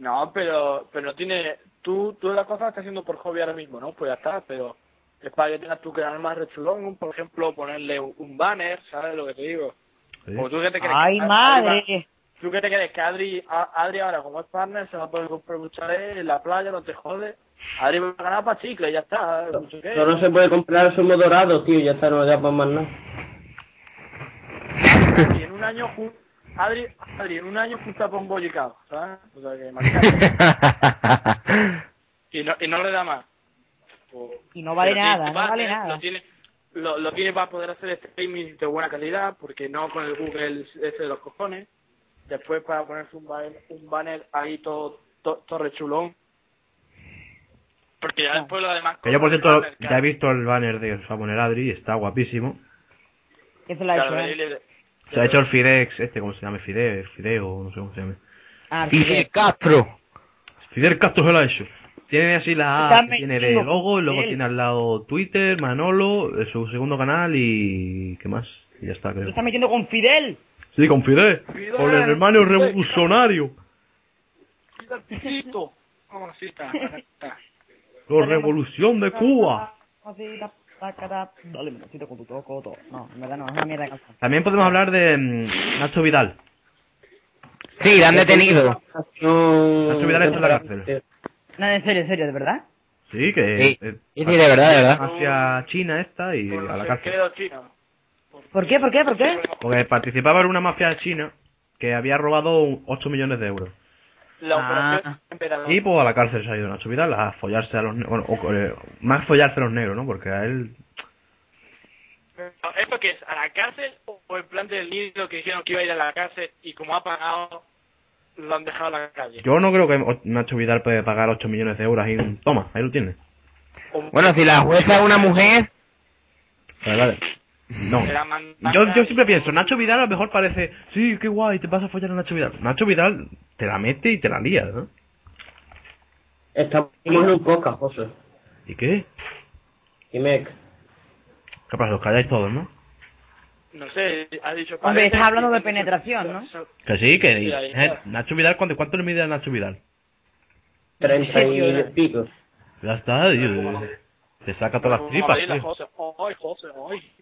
No, pero, pero tiene, tú, tú la cosa la estás haciendo por hobby ahora mismo, ¿no? Pues ya está, pero es para que tengas tu canal más rechulón, por ejemplo, ponerle un- un banner, ¿sabes lo que te digo?
Sí.
O Pues tú que te crees
¡Ay,
que-
madre!
¿Tú qué te crees? Que Adri, a- Adri ahora, como es partner, se va a poder comprar un chalet en la playa, no te jode. Adri va a ganar para chicle, ya está. no sé qué.
Pero no se puede comprar sumo dorado, tío, ya está, no da para más nada.
Adri, en un año, ju- Adri, Adri, en un año junta con bollicado, ¿sabes? O sea, que imagínate. y, no, y no le da más.
Y no vale
Pero
nada,
tiene
no vale
partner,
nada.
Lo tiene, lo, lo tiene para poder hacer streaming de buena calidad, porque no con el Google ese de los cojones. Después para ponerse un banner, un banner ahí todo, to- torre chulón. Porque ya después lo demás...
Que yo, por
cosas
cierto,
del banner,
ya he visto el banner de Samuel Adri, está guapísimo.
Eso lo ha
claro,
hecho,
claro,
¿eh?
le- le-
Se ha hecho el Fidex, este, ¿cómo se llama? Fideo, Fideo, no sé cómo se llama.
Ah,
Fidel Castro.
Fidel Castro se lo ha hecho. Tiene así la A,
Está
que tiene de
metido,
logo, y luego
Fidel.
tiene al lado Twitter, Manolo, eh, su segundo canal y... ¿qué más? Y ya está,
Lo
creo.
está metiendo con Fidel.
Sí, con Fidel.
Fidel,
Con el hermano
Fidel.
revolucionario.
Cuida el pisito. Vamos, así Oh, está, así está.
Con revolución de Cuba.
Así, tap, taca, tap. Dale, me con tu toco, todo. No, en verdad no, es una mierda de canción.
También podemos hablar de mm, Nacho Vidal.
Sí, la han detenido.
No. eh,
Nacho Vidal está en la cárcel.
No, en serio, en serio, de verdad.
Sí, que...
Sí, sí,
eh,
sí, de verdad, de verdad.
hacia China esta y
Por
a la
el
cárcel.
querido chino.
¿Por qué, por qué, por qué?
Porque participaba en una mafia china que había robado un- 8 millones de euros.
La
Ah.
operación emperador.
Y pues a la cárcel se ha ido Nacho Vidal a follarse a los negros. Bueno, o co- eh, más follarse a los negros, ¿no? Porque a él.
¿Esto qué es? ¿A la cárcel o o el plan del nido que dijeron que iba a ir a la cárcel y como ha pagado, lo han dejado a la calle?
Yo no creo que o- Nacho Vidal puede pagar 8 millones de euros. Ahí, toma, ahí lo tiene.
O-
Bueno, si la jueza es una mujer,
Vale, vale. No.
se la mandan
Yo, yo
a-
siempre pienso, Nacho Vidal a lo mejor parece, sí, qué guay, te vas a follar a Nacho Vidal. Nacho Vidal te la mete y te la lía, ¿no?
Estamos en un podcast, José.
¿Y qué?
Y Mec.
¿Qué pasa? Os calláis todos, ¿no?
No sé, ha dicho...
Hombre,
parece
estás hablando
y-
de penetración, ¿no?
Que sí, que
Sí, ahí está.
eh, Nacho Vidal, ¿cuánto, ¿cuánto le mide a Nacho Vidal?
30 y
Sí,
pico.
Ya está, y, eh, te saca todas
Vamos
las
a
tripas.
abrirla,
tío.
José. Ay, José, ay.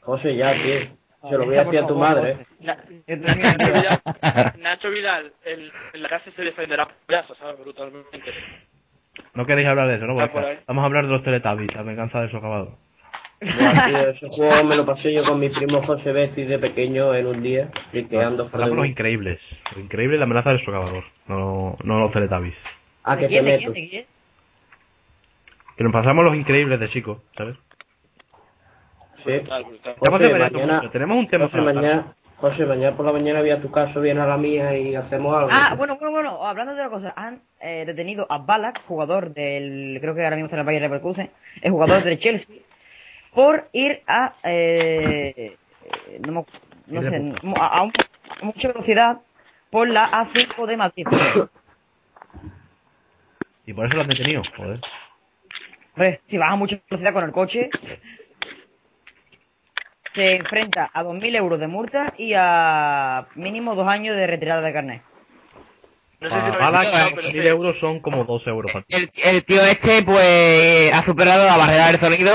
José, ya, tío. Se lo voy
Esta,
a
Ah, por
decir a tu
favor,
madre.
José.
¿eh?
Na-
Yo también
Nacho
creo.
Vidal, Nacho Vidal, el- en la cárcel se defenderá a brazos, ¿sabes? Brutalmente.
No queréis hablar de eso, ¿no?
Ah,
Porque
por ahí.
Vamos a hablar de los Teletubbies, la venganza del socavado.
Buah, tío, ese juego me lo pasé yo con mi primo José Betis de pequeño en un día, friqueando por
Ah, Hablamos de los
el...
increíbles. Los increíbles la amenaza del socavador, no, no los Teletubbies.
A Ah, que
¿De
te
quién, de quién,
meto.
de quién?
Que nos pasamos los increíbles de chico, ¿sabes?
Sí.
Brutal, brutal.
Estamos
José,
desvelando
mañana-
mucho, tenemos un tema
José,
para tratar.
mañana, José, mañana por la mañana voy a tu casa, viene a la mía y hacemos algo.
Ah, bueno, bueno, bueno, hablando de otra cosa, han eh, detenido a Balak, jugador del, creo que ahora mismo está en el Bayern Leverkusen, es jugador del Chelsea, por ir a, eh, eh, no, me acu- no sé, no- a, a un- a mucha velocidad por la A5 de Madrid.
Y por eso lo han detenido, joder.
Hombre, si vas a mucha velocidad con el coche, se enfrenta a 2.000 euros de multa y a mínimo dos años de retirada de carnet.
No sé si
Para
lo
Balak,
habéis escuchado, pero
1.000
sí.
euros son como 2 euros. para ti.
el, el tío este, pues, ha superado la barrera del sonido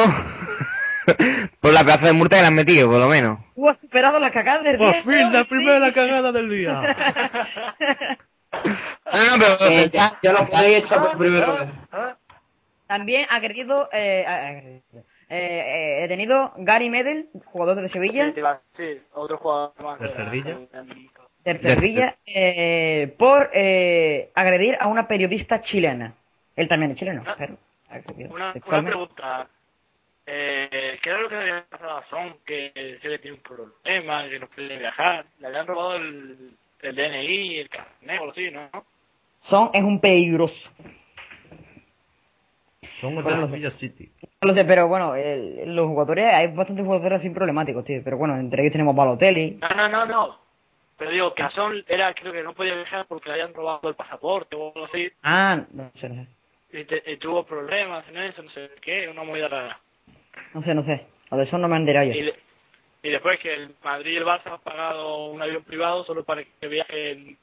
por la plaza de multa que le han metido, por lo menos.
Tú has ¡Uh, superado la cagada del
Por
día,
fin, la
sí.
primera cagada del día.
No, no, pero
Eh,
pensad-
ya, ya lo
pensad-
podéis echar
pues,
por primera
Ah,
vez.
También agredido, eh, agredido, eh, eh, detenido Gary Medel, jugador de Sevilla,
Sí, te iba- sí, otro jugador más.
¿El
de la-
Cerdilla?
de
Ya sé.
Sevilla, eh, por eh, agredir a una periodista chilena. Él también es chileno, pero agredido
Ah. Una, una
sexualmente.
pregunta. Eh, ¿Qué era lo que le había pasado a Son? Que eh, se le tiene un problema, que no puede viajar. Le habían robado el, el DNI, el carnet o algo así, ¿no?
Son es un peligroso.
Son
Bueno,
de
no sé.
Sevilla City.
No lo sé, pero bueno, el- los jugadores, hay bastantes jugadores así problemáticos, tío. Pero bueno, entre ellos tenemos Balotelli.
No, no, no, no. Pero digo, que a Son era, creo que no podía viajar porque le habían robado el pasaporte o algo así.
Ah, no sé, no sé.
Y, te- y tuvo problemas en eso, no sé qué, una movida rara.
No sé, no sé. Lo de eso no me han enterado
Y,
yo.
de- y después que el Madrid y el Barça han pagado un avión privado solo para que viajen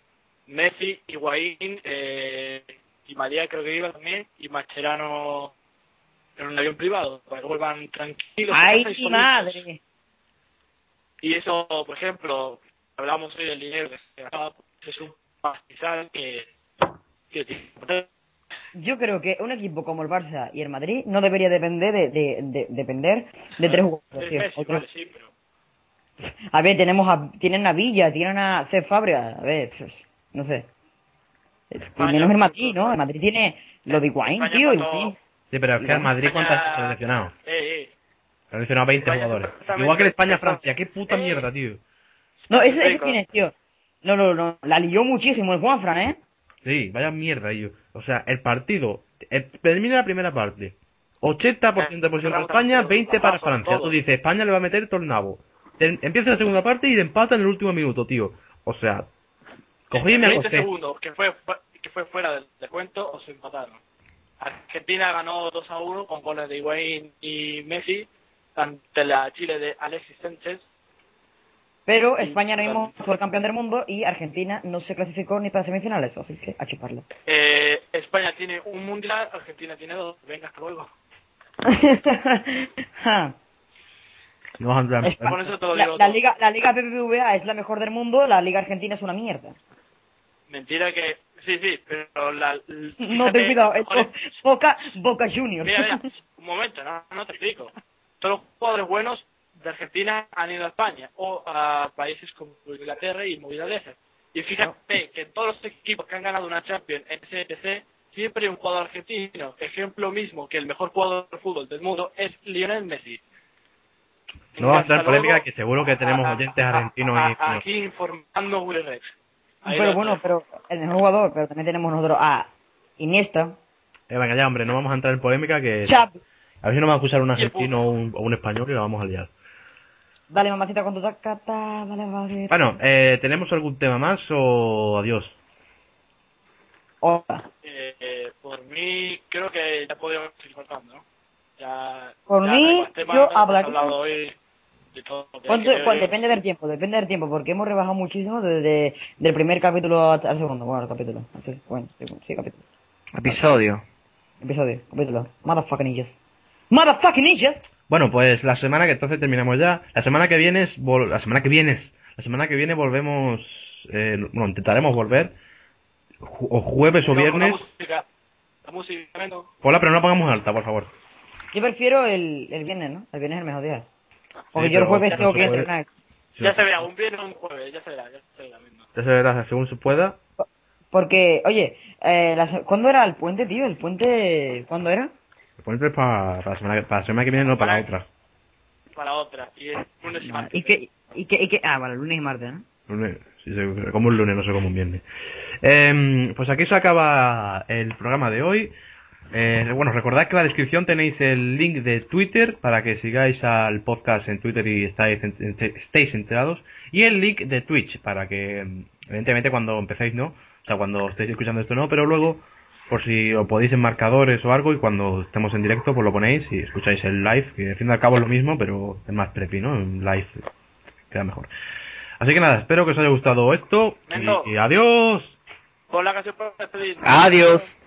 Messi, Higuaín, eh, y María creo que iba también, y Mascherano en un avión privado, para que vuelvan tranquilos. a
¡Ay,
casa y
mi
solitos.
madre!
Y eso, por ejemplo, hablamos hoy del dinero que se gastaba, es un pastizal que... que tiene-
Yo creo que un equipo como el Barça y el Madrid no debería depender de, de- de- depender de tres jugadores. tío.
Es Messi,
O
vale,
tres.
sí, pero...
A ver, tenemos a, tienen a Villa, tienen a C. Fabria, a ver, pues, no sé. Y menos el Madrid, ¿no? El Madrid tiene lo de Higuaín,
España
tío.
mató-
Higuaín.
Sí, pero es que al Madrid, ¿cuántas veces se ha lesionado?
Eh, eh.
Se han lesionado 20
España
jugadores.
supuestamente-
Igual que en España-Francia, qué puta
Eh.
mierda, tío.
No, eso, eso
Rico.
quién es, tío. No, no, no. La lió muchísimo el Juanfran, ¿eh?
Sí, vaya mierda, tío. O sea, el partido. el- termina la primera parte. 80% de posición para España, 20% para Francia. Tú dices, España le va a meter todo el nabo. Te- empieza la segunda parte y le empata en el último minuto, tío. O sea, cogí y me
20
acosté.
segundos, que fue, que fue fuera del descuento o se empataron. Argentina ganó 2 a 1 con goles de Higuaín y Messi ante la Chile de Alexis Sánchez
Pero España ahora mismo fue el campeón del mundo y Argentina no se clasificó ni para semifinales, así que a chuparla.
Eh, España tiene un mundial, Argentina tiene dos. Venga, hasta luego.
Ja.
No vas a entrar.
Es-
¿vale?
Por eso te lo
la,
digo.
la
todo.
liga, la liga BBVA es la mejor del mundo, la liga argentina es una mierda.
Mentira que. Sí, sí, pero la.
No te he olvidado, es Bo- Boca, Boca Junior.
Mira, mira, un momento, no, no te explico. Todos los jugadores buenos de Argentina han ido a España o a países como Inglaterra y movidas de esas. Y fíjate que en todos los equipos que han ganado una Champions en CTC siempre hay un jugador argentino. Ejemplo mismo que el mejor jugador de fútbol del mundo es Lionel Messi.
No vamos a entrar en
Hasta
polémica,
luego.
que seguro que tenemos
A- a-
oyentes
a-
argentinos
a-
y-
a- Aquí informando Willy Rex. Ahí
pero
lo
bueno,
dejo.
pero el mejor jugador, pero también tenemos nosotros a Iniesta,
Eh, venga, ya, hombre, no vamos a entrar en polémica, que...
Chap,
A ver si nos va a acusar un
Y el
argentino o un, o un español y lo vamos a liar.
dale mamacita con tu tacata, dale mamacita.
Bueno, eh, ¿tenemos algún tema más o adiós?
Hola.
Eh, eh, por mí, creo que ya podríamos ir cortando, ¿no? Ya,
Por
ya
mí,
de más temas
yo
hemos
hablaría-
hablado hoy de todo lo que
¿Cuánto-
hay que
cuánto?
ver.
depende del tiempo, depende del tiempo, porque hemos rebajado muchísimo desde del primer capítulo hasta el segundo. Bueno, el capítulo. Sí, bueno, sí, sí, capítulo.
Episodio.
Episodio, capítulo. Motherfucking ninjas. Motherfucking ninjas.
Bueno, pues la semana que entonces terminamos ya. La semana que viene es vol- la semana que viene es- la semana que viene volvemos eh, bueno, intentaremos volver ju- o jueves o
No,
viernes.
La música, la música, bueno,
Hola, pero no la pongamos alta, por favor.
Yo prefiero el, el viernes, ¿no? El viernes es el mejor día. Porque
Sí,
yo el
pero
jueves
no
tengo
se
que
puede.
entrenar.
Sí,
ya
sí.
se verá, un viernes o un jueves, ya se verá, ya se verá mismo.
Ya se verá, según se pueda.
Porque, oye, eh, la se- ¿cuándo era el puente, tío? ¿El puente cuándo era?
Ponete pues para, para la semana que, para la semana que viene, no para la otra.
Para otra, y el lunes y martes.
Ah, ¿Y qué, y qué, y qué? Ah, vale, lunes y martes, ¿no?
Lunes, sí, sí, como un lunes, no sé, como un viernes. Em, pues aquí se acaba el programa de hoy. Eh, bueno, recordad que en la descripción tenéis el link de Twitter para que sigáis al podcast en Twitter y estáis en- en- estéis enterados. Y el link de Twitch para que, em, evidentemente, cuando empecéis, no. O sea, cuando estéis escuchando esto, no. Pero luego, por si os podéis en marcadores o algo, y cuando estemos en directo, pues lo ponéis y escucháis el live, que al fin y al cabo es lo mismo, pero es más prepi, ¿no? En live queda mejor. Así que nada, espero que os haya gustado esto. y-
Mendo.
y adiós.
Pon la canción para despedirnos.
Adiós.